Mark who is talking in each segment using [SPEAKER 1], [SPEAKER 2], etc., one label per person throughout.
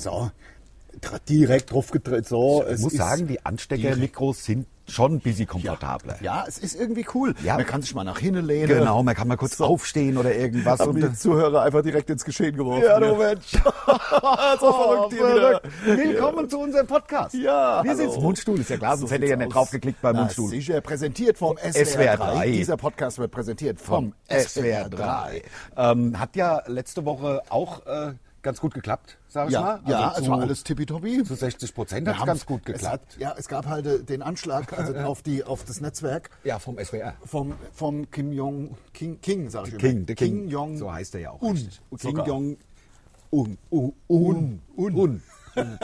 [SPEAKER 1] so, direkt drauf gedreht. So,
[SPEAKER 2] Ich muss sagen, die Ansteckermikros sind schon ein bisschen komfortabler.
[SPEAKER 1] ja, es ist irgendwie cool.
[SPEAKER 2] Ja.
[SPEAKER 1] Man kann sich mal nach hinten lehnen.
[SPEAKER 2] Genau, man kann mal kurz aufstehen oder irgendwas.
[SPEAKER 1] Haben die Zuhörer einfach direkt ins Geschehen geworfen.
[SPEAKER 2] ja,
[SPEAKER 1] hier.
[SPEAKER 2] du Mensch. so
[SPEAKER 1] verrückt hier wieder.
[SPEAKER 2] Willkommen zu unserem Podcast.
[SPEAKER 1] Ja,
[SPEAKER 2] Wir sind
[SPEAKER 1] hallo.
[SPEAKER 2] Mundstuhl, ist ja klar, sonst
[SPEAKER 1] So
[SPEAKER 2] hätte ihr
[SPEAKER 1] sieht's
[SPEAKER 2] ja nicht
[SPEAKER 1] aus.
[SPEAKER 2] draufgeklickt beim
[SPEAKER 1] Na,
[SPEAKER 2] Mundstuhl.
[SPEAKER 1] Sicher, präsentiert vom SWR 3.
[SPEAKER 2] SWR 3.
[SPEAKER 1] Dieser Podcast wird präsentiert vom SWR 3.
[SPEAKER 2] Ähm, hat ja letzte Woche auch äh, ganz gut geklappt, sag ich
[SPEAKER 1] Ja,
[SPEAKER 2] mal. Also
[SPEAKER 1] ja, es
[SPEAKER 2] zu-
[SPEAKER 1] war alles tippitoppi.
[SPEAKER 2] Zu 60 Prozent
[SPEAKER 1] Wir
[SPEAKER 2] hat es
[SPEAKER 1] haben's-
[SPEAKER 2] ganz gut
[SPEAKER 1] Es,
[SPEAKER 2] geklappt.
[SPEAKER 1] ja, es gab halt äh, den Anschlag also auf, die, auf das Netzwerk
[SPEAKER 2] Ja, vom SWR.
[SPEAKER 1] vom, vom Kim Jong King, King sag ich immer.
[SPEAKER 2] King, der King.
[SPEAKER 1] Jong.
[SPEAKER 2] So heißt er ja auch
[SPEAKER 1] Un.
[SPEAKER 2] richtig.
[SPEAKER 1] Kim
[SPEAKER 2] Sogar.
[SPEAKER 1] Jong Un. Un. Un. Un.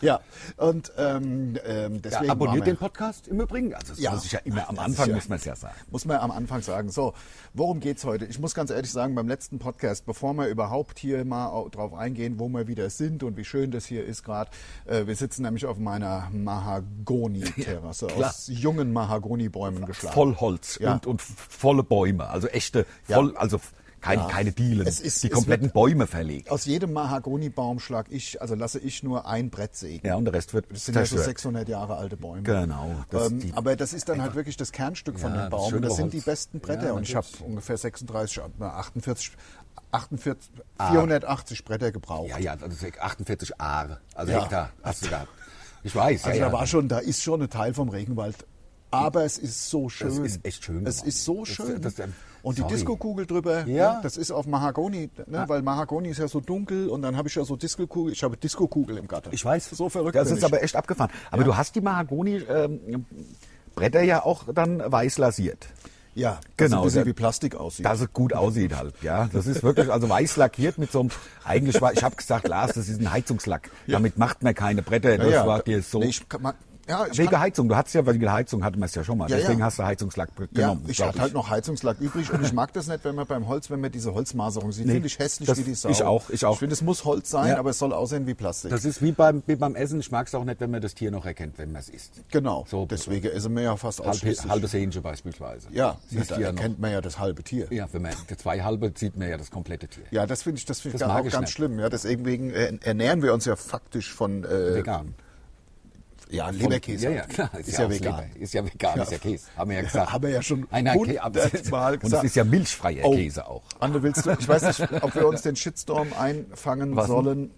[SPEAKER 1] ja, und ähm, ähm,
[SPEAKER 2] Ja,
[SPEAKER 1] deswegen
[SPEAKER 2] abonniert
[SPEAKER 1] waren
[SPEAKER 2] den
[SPEAKER 1] wir-
[SPEAKER 2] Podcast im Übrigen. Also das
[SPEAKER 1] Ja.
[SPEAKER 2] muss ich ja immer am
[SPEAKER 1] Das ist
[SPEAKER 2] Anfang,
[SPEAKER 1] ja-
[SPEAKER 2] muss man es ja sagen.
[SPEAKER 1] Muss man ja am Anfang sagen. So, worum geht's heute? Ich muss ganz ehrlich sagen, beim letzten Podcast, bevor wir überhaupt hier mal au- drauf eingehen, wo wir wieder sind und wie schön das hier ist gerade, äh, wir sitzen nämlich auf meiner Mahagoni-Terrasse
[SPEAKER 2] klar.
[SPEAKER 1] aus jungen Mahagonibäumen geschlagen.
[SPEAKER 2] Voll Holz
[SPEAKER 1] Ja.
[SPEAKER 2] und, und volle Bäume. Also echte,
[SPEAKER 1] Ja.
[SPEAKER 2] voll, also kein, keine Dielen.
[SPEAKER 1] Es ist-
[SPEAKER 2] die
[SPEAKER 1] es
[SPEAKER 2] kompletten Bäume verlegt.
[SPEAKER 1] Aus jedem Mahagonibaum schlag ich, also lasse ich nur ein Brett sägen.
[SPEAKER 2] Ja, und der Rest wird
[SPEAKER 1] Das sind ja so
[SPEAKER 2] zerstört.
[SPEAKER 1] 600 Jahre alte Bäume.
[SPEAKER 2] Genau, das-
[SPEAKER 1] ähm,
[SPEAKER 2] die-
[SPEAKER 1] aber das ist dann halt wirklich das Kernstück von
[SPEAKER 2] Ja,
[SPEAKER 1] dem
[SPEAKER 2] das
[SPEAKER 1] Baum. Das,
[SPEAKER 2] schöne
[SPEAKER 1] sind die
[SPEAKER 2] Holz.
[SPEAKER 1] besten Bretter.
[SPEAKER 2] Ja,
[SPEAKER 1] und ich habe
[SPEAKER 2] natürlich.
[SPEAKER 1] ungefähr 36, äh, 48, 48, 480 Bretter gebraucht.
[SPEAKER 2] Ah. Ja, ja, also 48 Aare, also
[SPEAKER 1] Ja.
[SPEAKER 2] Hektar hast du gehabt. Ich weiß,
[SPEAKER 1] Also
[SPEAKER 2] ja,
[SPEAKER 1] da
[SPEAKER 2] ja.
[SPEAKER 1] war schon, da ist schon ein Teil vom Regenwald. Aber es ist so schön.
[SPEAKER 2] ist echt schön
[SPEAKER 1] Es
[SPEAKER 2] geworden.
[SPEAKER 1] ist so
[SPEAKER 2] Das-
[SPEAKER 1] schön.
[SPEAKER 2] das- das-
[SPEAKER 1] und die
[SPEAKER 2] sorry.
[SPEAKER 1] Disco-Kugel drüber,
[SPEAKER 2] Ja. Ah.
[SPEAKER 1] ne, das ist auf Mahagoni, ne, weil Mahagoni ist ja so dunkel und dann habe ich ja so Disco-Kugel, ich habe Disco-Kugel im Garten.
[SPEAKER 2] Ich weiß.
[SPEAKER 1] So verrückt
[SPEAKER 2] Das
[SPEAKER 1] bin ich.
[SPEAKER 2] ist aber echt abgefahren. Aber du hast die Mahagoni-Bretter ja auch dann weiß lasiert.
[SPEAKER 1] Ja,
[SPEAKER 2] Genau,
[SPEAKER 1] genau. Das ist ein bisschen
[SPEAKER 2] da-
[SPEAKER 1] wie Plastik aussieht.
[SPEAKER 2] Dass es gut aussieht halt, ja. Das ist wirklich, also weiß lackiert mit so einem, eigentlich war, ich habe gesagt, Lars, das ist ein Heizungslack. Damit macht man keine Bretter, das war dir so.
[SPEAKER 1] Nee, ich kann, man, ja, ich
[SPEAKER 2] Wegen
[SPEAKER 1] kann,
[SPEAKER 2] Heizung, du hattest ja, wegen Heizung hatten wir es ja schon mal,
[SPEAKER 1] Ja, ja.
[SPEAKER 2] deswegen hast du Heizungslack
[SPEAKER 1] ja,
[SPEAKER 2] genommen.
[SPEAKER 1] ich
[SPEAKER 2] glaub
[SPEAKER 1] hatte halt noch Heizungslack übrig und ich mag das nicht, wenn man beim Holz, wenn man diese Holzmaserung sieht, finde ich hässlich
[SPEAKER 2] das-
[SPEAKER 1] wie die Sau.
[SPEAKER 2] ich auch, ich auch.
[SPEAKER 1] Ich finde, es muss Holz sein,
[SPEAKER 2] Ja.
[SPEAKER 1] aber es soll aussehen wie Plastik.
[SPEAKER 2] Das ist wie beim, wie beim Essen, ich mag es auch nicht, wenn man das Tier noch erkennt, wenn man es isst.
[SPEAKER 1] genau.
[SPEAKER 2] So.
[SPEAKER 1] Deswegen essen wir ja fast
[SPEAKER 2] Halb,
[SPEAKER 1] ausschließlich.
[SPEAKER 2] halbes Hähnchen beispielsweise.
[SPEAKER 1] ja,
[SPEAKER 2] siehst
[SPEAKER 1] da
[SPEAKER 2] du ja noch.
[SPEAKER 1] erkennt man ja das halbe Tier.
[SPEAKER 2] Ja, wenn man die zwei halbe sieht man ja das komplette Tier.
[SPEAKER 1] Ja, das finde ich, das finde ich
[SPEAKER 2] Das
[SPEAKER 1] gar-
[SPEAKER 2] mag
[SPEAKER 1] auch
[SPEAKER 2] ich
[SPEAKER 1] ganz
[SPEAKER 2] nicht.
[SPEAKER 1] schlimm. Ja, deswegen äh, ernähren wir uns ja faktisch von äh,
[SPEAKER 2] Vegan.
[SPEAKER 1] Ja, Leberkäse.
[SPEAKER 2] Ja, ja,
[SPEAKER 1] halt.
[SPEAKER 2] klar.
[SPEAKER 1] Ist, ja, vegan.
[SPEAKER 2] Leber. Ist ja vegan, ist ja Käse. Haben wir ja gesagt.
[SPEAKER 1] haben wir ja schon
[SPEAKER 2] Nein, nein, Kä- aber-
[SPEAKER 1] hundertmal
[SPEAKER 2] Und es
[SPEAKER 1] gesagt.
[SPEAKER 2] ist ja milchfreier
[SPEAKER 1] Oh.
[SPEAKER 2] Käse auch.
[SPEAKER 1] Anne, willst du, ich weiß nicht, ob wir uns den Shitstorm einfangen
[SPEAKER 2] Was denn?
[SPEAKER 1] sollen.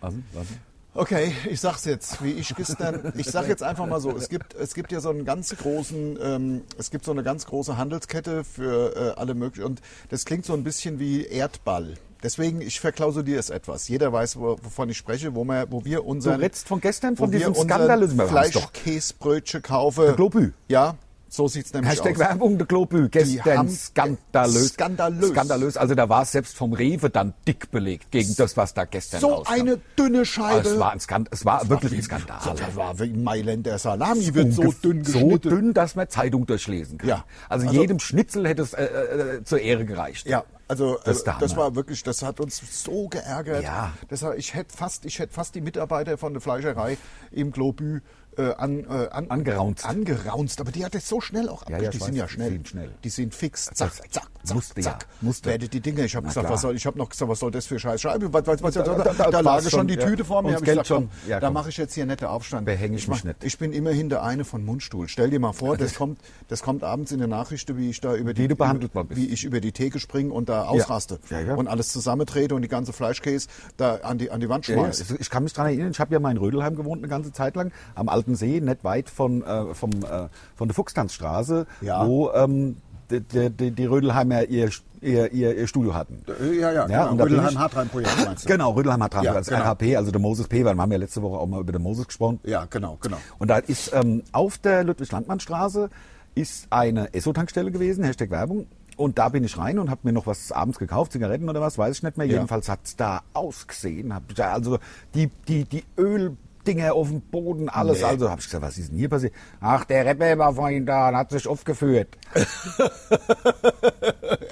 [SPEAKER 2] Was? Was?
[SPEAKER 1] Okay, ich sag's jetzt, wie ich gestern, ich sag jetzt einfach mal so, es gibt, es gibt ja so einen ganz großen, ähm, es gibt so eine ganz große Handelskette für äh, alle möglichen und das klingt so ein bisschen wie Erdball. Deswegen, ich verklausuliere es etwas. Jeder weiß, wo, wovon ich spreche, wo, wir, wo wir
[SPEAKER 2] Du
[SPEAKER 1] unseren...
[SPEAKER 2] redest von gestern,
[SPEAKER 1] wo
[SPEAKER 2] von
[SPEAKER 1] wir
[SPEAKER 2] diesem
[SPEAKER 1] unseren
[SPEAKER 2] Skandalismus. Wir haben's doch.
[SPEAKER 1] Fleischkäsebrötchen kaufe.
[SPEAKER 2] Globü.
[SPEAKER 1] Ja, so sieht's nämlich
[SPEAKER 2] Hashtag
[SPEAKER 1] aus.
[SPEAKER 2] Werbung, der Globü, gestern
[SPEAKER 1] haben-
[SPEAKER 2] skandalös.
[SPEAKER 1] Skandalös.
[SPEAKER 2] Skandalös. Also da war es selbst vom Rewe dann dick belegt gegen das, was da gestern
[SPEAKER 1] So
[SPEAKER 2] rauskam.
[SPEAKER 1] eine dünne
[SPEAKER 2] Aber
[SPEAKER 1] Scheibe.
[SPEAKER 2] Ah, es war, ein Skand es war wirklich ein Skandal.
[SPEAKER 1] So, das war wie Mailänder Salami, wird so
[SPEAKER 2] Ungef-
[SPEAKER 1] dünn
[SPEAKER 2] So
[SPEAKER 1] geschnitten.
[SPEAKER 2] dünn, dass man Zeitung durchlesen kann.
[SPEAKER 1] Ja.
[SPEAKER 2] Also,
[SPEAKER 1] Also-
[SPEAKER 2] jedem Schnitzel hätte es äh, äh, zur Ehre gereicht.
[SPEAKER 1] Ja, also
[SPEAKER 2] Das
[SPEAKER 1] das,
[SPEAKER 2] ist der
[SPEAKER 1] das
[SPEAKER 2] Hammer.
[SPEAKER 1] war wirklich, das hat uns so geärgert.
[SPEAKER 2] Ja.
[SPEAKER 1] Das war, ich hätte fast, ich hätte fast die Mitarbeiter von der Fleischerei im Globü äh, an, äh, an,
[SPEAKER 2] Angeraunzt.
[SPEAKER 1] Angeraunzt, aber die hat es so schnell auch
[SPEAKER 2] Ja,
[SPEAKER 1] abgeschlossen.
[SPEAKER 2] ja,
[SPEAKER 1] die
[SPEAKER 2] ich
[SPEAKER 1] sind
[SPEAKER 2] weiß,
[SPEAKER 1] ja
[SPEAKER 2] die
[SPEAKER 1] schnell.
[SPEAKER 2] sind schnell.
[SPEAKER 1] Die sind fix. Zack,
[SPEAKER 2] Das
[SPEAKER 1] zack, zack,
[SPEAKER 2] musste ja,
[SPEAKER 1] zack.
[SPEAKER 2] musste.
[SPEAKER 1] Werde die Dinge. Ich habe
[SPEAKER 2] Na
[SPEAKER 1] gesagt,
[SPEAKER 2] klar.
[SPEAKER 1] was soll, ich habe noch gesagt, was soll das für scheiß Scheibe? Was, was, was, da,
[SPEAKER 2] da- da- da
[SPEAKER 1] lag
[SPEAKER 2] war's
[SPEAKER 1] schon
[SPEAKER 2] schon,
[SPEAKER 1] die
[SPEAKER 2] ja.
[SPEAKER 1] Tüte vor mir.
[SPEAKER 2] Und's
[SPEAKER 1] hab ich
[SPEAKER 2] Geld
[SPEAKER 1] gesagt,
[SPEAKER 2] schon.
[SPEAKER 1] komm,
[SPEAKER 2] Ja,
[SPEAKER 1] da
[SPEAKER 2] komm.
[SPEAKER 1] mache ich jetzt hier nette Aufstand.
[SPEAKER 2] Behäng ich mich
[SPEAKER 1] mach-
[SPEAKER 2] nicht.
[SPEAKER 1] Ich bin immerhin der eine von Mundstuhl. Stell dir mal vor, das kommt, das kommt abends in den Nachrichten, wie ich da über die,
[SPEAKER 2] Wie du behandelt worden bist.
[SPEAKER 1] Wie ich über die Theke springe und da ausraste
[SPEAKER 2] Ja, ja.
[SPEAKER 1] und alles zusammentrete und die ganze Fleischkäse da an die, an die Wand
[SPEAKER 2] Ja, ja,
[SPEAKER 1] schmeißt.
[SPEAKER 2] also ich kann mich daran erinnern, ich habe ja mal in Rödelheim gewohnt eine ganze Zeit lang, am Alten See, nicht weit von, äh, vom, äh, von der Fuchstanzstraße,
[SPEAKER 1] Ja.
[SPEAKER 2] wo ähm, die, die, die Rödelheimer ihr, ihr, ihr, ihr Studio hatten.
[SPEAKER 1] Ja, ja, genau.
[SPEAKER 2] und da bin
[SPEAKER 1] Rödelheim
[SPEAKER 2] ich-
[SPEAKER 1] Hartheim-Projekt meinst du?
[SPEAKER 2] Genau, Rödelheim Hartheim,
[SPEAKER 1] Ja,
[SPEAKER 2] als
[SPEAKER 1] genau.
[SPEAKER 2] RHP, also der Moses P., weil wir haben ja letzte Woche auch mal über den Moses gesprochen.
[SPEAKER 1] Ja, genau, genau.
[SPEAKER 2] Und da ist ähm, auf der Ludwig-Landmann-Straße ist eine Esso-Tankstelle gewesen, Hashtag Werbung. Und da bin ich rein und habe mir noch was abends gekauft, Zigaretten oder was, weiß ich nicht mehr.
[SPEAKER 1] Ja.
[SPEAKER 2] Jedenfalls hat's da ausgesehen. Hab ich da also die, die, die Öl, Dinger auf dem Boden, alles.
[SPEAKER 3] Nee.
[SPEAKER 2] Also habe ich gesagt, was ist denn hier passiert? Ach, der Rapper war vorhin da und hat sich aufgeführt.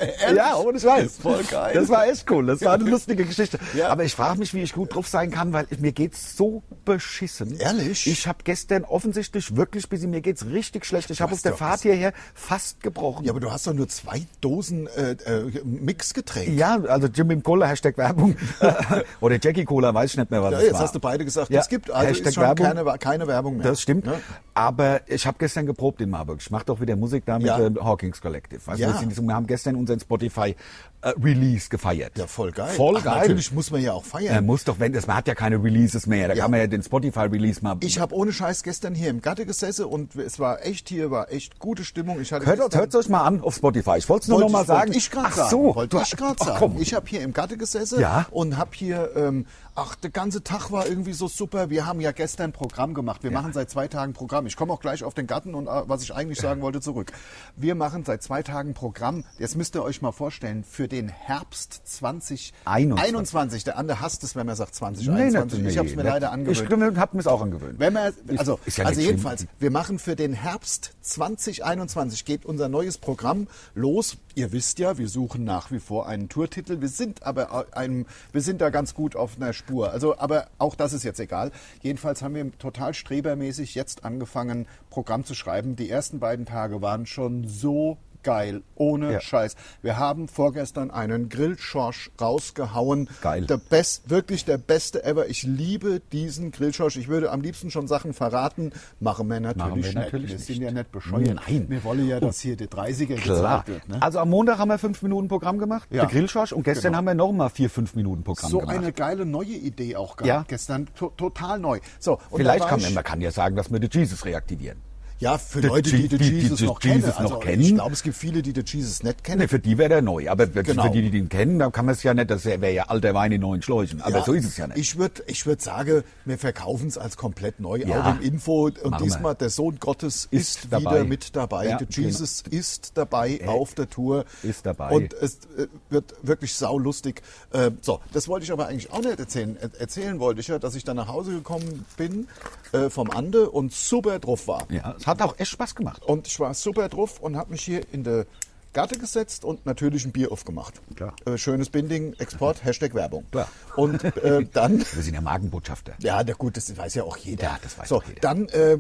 [SPEAKER 1] Äh,
[SPEAKER 2] ja, ohne Scheiß.
[SPEAKER 3] Voll geil.
[SPEAKER 2] Das war echt cool. Das war eine lustige Geschichte.
[SPEAKER 3] Ja.
[SPEAKER 2] Aber ich frage mich, wie ich gut drauf sein kann, weil mir geht's so beschissen.
[SPEAKER 1] Ehrlich?
[SPEAKER 2] Ich habe gestern offensichtlich wirklich, bis mir geht's richtig schlecht. Ich habe
[SPEAKER 1] hast
[SPEAKER 2] auf der
[SPEAKER 1] doch
[SPEAKER 2] Fahrt hierher fast gebrochen.
[SPEAKER 1] Ja, aber du hast doch nur zwei Dosen äh, äh, Mixgetränk.
[SPEAKER 2] Ja, also Jim Beam Cola, Hashtag Werbung. Oder Jackie Cola, weiß ich nicht mehr, was
[SPEAKER 1] Ja,
[SPEAKER 2] es
[SPEAKER 1] jetzt
[SPEAKER 2] war.
[SPEAKER 1] hast du beide gesagt,
[SPEAKER 2] Ja,
[SPEAKER 1] es gibt also
[SPEAKER 2] Hashtag
[SPEAKER 1] ist schon
[SPEAKER 2] Werbung.
[SPEAKER 1] keine, keine Werbung mehr.
[SPEAKER 2] Das stimmt.
[SPEAKER 1] Ne?
[SPEAKER 2] Aber ich habe gestern geprobt in Marburg. Ich mache doch wieder Musik da mit
[SPEAKER 1] Ja.
[SPEAKER 2] ähm, Hawkins Collective. Weißt du,
[SPEAKER 1] Ja.
[SPEAKER 2] wir, sind, wir haben gestern unseren Spotify äh, Release gefeiert.
[SPEAKER 1] Ja, voll geil. Ähm,
[SPEAKER 2] Voll
[SPEAKER 1] Ach,
[SPEAKER 2] geil.
[SPEAKER 1] Natürlich muss man ja auch
[SPEAKER 2] Er
[SPEAKER 1] feiern.
[SPEAKER 2] muss doch, wenn das, man hat ja keine Releases mehr. Da
[SPEAKER 1] Ja.
[SPEAKER 2] kann man ja den Spotify Release mal.
[SPEAKER 1] ich habe ohne Scheiß gestern hier im Gatte gesessen und es war echt hier, war echt gute Stimmung. Ich hatte
[SPEAKER 2] hört
[SPEAKER 1] gestern-
[SPEAKER 2] hört euch mal an auf Spotify. Ich wollte es nur
[SPEAKER 1] Wollte
[SPEAKER 2] noch mal
[SPEAKER 1] ich- wollte
[SPEAKER 2] sagen.
[SPEAKER 1] Ich grad
[SPEAKER 2] Ach
[SPEAKER 1] sagen.
[SPEAKER 2] so.
[SPEAKER 1] Wollte ich gerade
[SPEAKER 2] Ach,
[SPEAKER 1] sagen.
[SPEAKER 2] komm.
[SPEAKER 1] Ich habe hier im Gatte gesessen
[SPEAKER 2] Ja.
[SPEAKER 1] und habe hier, ähm, ach, der ganze Tag war irgendwie so super. Wir haben ja gestern Programm gemacht. Wir machen seit zwei Tagen Programm. Ich komme auch gleich auf den Garten und äh, was ich eigentlich sagen wollte, zurück. Wir machen seit zwei Tagen Programm. Jetzt müsst ihr euch mal vorstellen, für den Herbst
[SPEAKER 2] 21.
[SPEAKER 1] 2021. Der andere hasst es, wenn man sagt 20,
[SPEAKER 2] Nee,
[SPEAKER 1] 21.
[SPEAKER 2] natürlich
[SPEAKER 1] ich habe es mir
[SPEAKER 2] nicht.
[SPEAKER 1] leider angewöhnt.
[SPEAKER 2] Ich habe mir es auch angewöhnt.
[SPEAKER 1] Wenn man, also,
[SPEAKER 2] Ist ja nicht
[SPEAKER 1] also
[SPEAKER 2] schlimm.
[SPEAKER 1] jedenfalls, wir machen für den Herbst 2021 geht unser neues Programm los. Ihr wisst ja, wir suchen nach wie vor einen Tourtitel. Wir sind aber au- einem, wir sind da ganz gut auf einer Spur. Also, aber auch das ist jetzt egal. Jedenfalls haben wir total strebermäßig jetzt angefangen, Programm zu schreiben. Die ersten beiden Tage waren schon so geil, ohne
[SPEAKER 2] Ja.
[SPEAKER 1] Scheiß. Wir haben vorgestern einen Grillschorsch rausgehauen.
[SPEAKER 2] Geil.
[SPEAKER 1] Der best, wirklich der beste ever. Ich liebe diesen Grillschorsch. Ich würde am liebsten schon Sachen verraten. Machen wir natürlich,
[SPEAKER 2] Machen wir
[SPEAKER 1] nicht.
[SPEAKER 2] natürlich
[SPEAKER 1] wir
[SPEAKER 2] nicht.
[SPEAKER 1] sind ja nicht bescheuert.
[SPEAKER 2] Nein. Oh.
[SPEAKER 1] Wir wollen ja, dass hier die 30er
[SPEAKER 2] Klar.
[SPEAKER 1] gezeigt wird. Ne?
[SPEAKER 2] Also am Montag haben wir fünf Minuten Programm gemacht,
[SPEAKER 1] Ja.
[SPEAKER 2] der Grillschorsch, und gestern
[SPEAKER 1] Genau.
[SPEAKER 2] haben wir noch mal vier, fünf Minuten Programm
[SPEAKER 1] So
[SPEAKER 2] gemacht.
[SPEAKER 1] eine geile neue Idee auch gehabt
[SPEAKER 2] Ja.
[SPEAKER 1] gestern. To total neu. So, und da
[SPEAKER 2] Vielleicht
[SPEAKER 1] war
[SPEAKER 2] kann
[SPEAKER 1] ich-
[SPEAKER 2] man, man kann ja sagen, dass wir den Jesus reaktivieren.
[SPEAKER 1] Ja, für
[SPEAKER 2] The
[SPEAKER 1] Leute, die,
[SPEAKER 2] Je-
[SPEAKER 1] die,
[SPEAKER 2] die- die
[SPEAKER 1] Jesus
[SPEAKER 2] The
[SPEAKER 1] noch kennen. Also,
[SPEAKER 2] Jesus noch kennen.
[SPEAKER 1] Ich glaube, es gibt viele, die The Jesus nicht kennen.
[SPEAKER 2] Nee, für die wäre der neu, aber für
[SPEAKER 1] Genau.
[SPEAKER 2] für die, die den kennen, da kann man es ja nicht, das wäre ja alter Wein in neuen Schläuchen, aber
[SPEAKER 1] Ja,
[SPEAKER 2] so ist es ja nicht.
[SPEAKER 1] Ich würde ich würd sagen, wir verkaufen es als komplett neu,
[SPEAKER 2] Ja.
[SPEAKER 1] auch im Info. Und
[SPEAKER 2] Machen wir.
[SPEAKER 1] diesmal, der Sohn Gottes ist,
[SPEAKER 2] Ist
[SPEAKER 1] wieder
[SPEAKER 2] dabei.
[SPEAKER 1] mit dabei.
[SPEAKER 2] Ja, genau.
[SPEAKER 1] der Jesus ist dabei auf der Tour.
[SPEAKER 2] ist dabei.
[SPEAKER 1] Und es äh, wird wirklich saulustig. Äh, so, das wollte ich aber eigentlich auch nicht erzählen. Er- Erzählen wollte ich ja, dass ich dann nach Hause gekommen bin äh, vom Ande und super drauf war.
[SPEAKER 2] ja, es hat auch echt Spaß gemacht.
[SPEAKER 1] Und ich war super drauf und habe mich hier in der Gatte gesetzt und natürlich ein Bier aufgemacht.
[SPEAKER 2] Klar.
[SPEAKER 1] Äh, schönes Binding, Export, Hashtag Werbung.
[SPEAKER 2] Klar.
[SPEAKER 1] Und äh, dann
[SPEAKER 2] Wir sind ja Magenbotschafter.
[SPEAKER 1] ja, na gut, das weiß ja auch jeder.
[SPEAKER 2] Ja, das weiß
[SPEAKER 1] so,
[SPEAKER 2] auch jeder.
[SPEAKER 1] Dann, äh,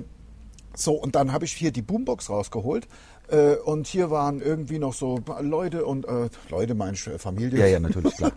[SPEAKER 1] so, und dann habe ich hier die Boombox rausgeholt. Äh, und hier waren irgendwie noch so Leute und äh, Leute, meine ich, äh, Familie.
[SPEAKER 2] Ja, ja, natürlich, klar.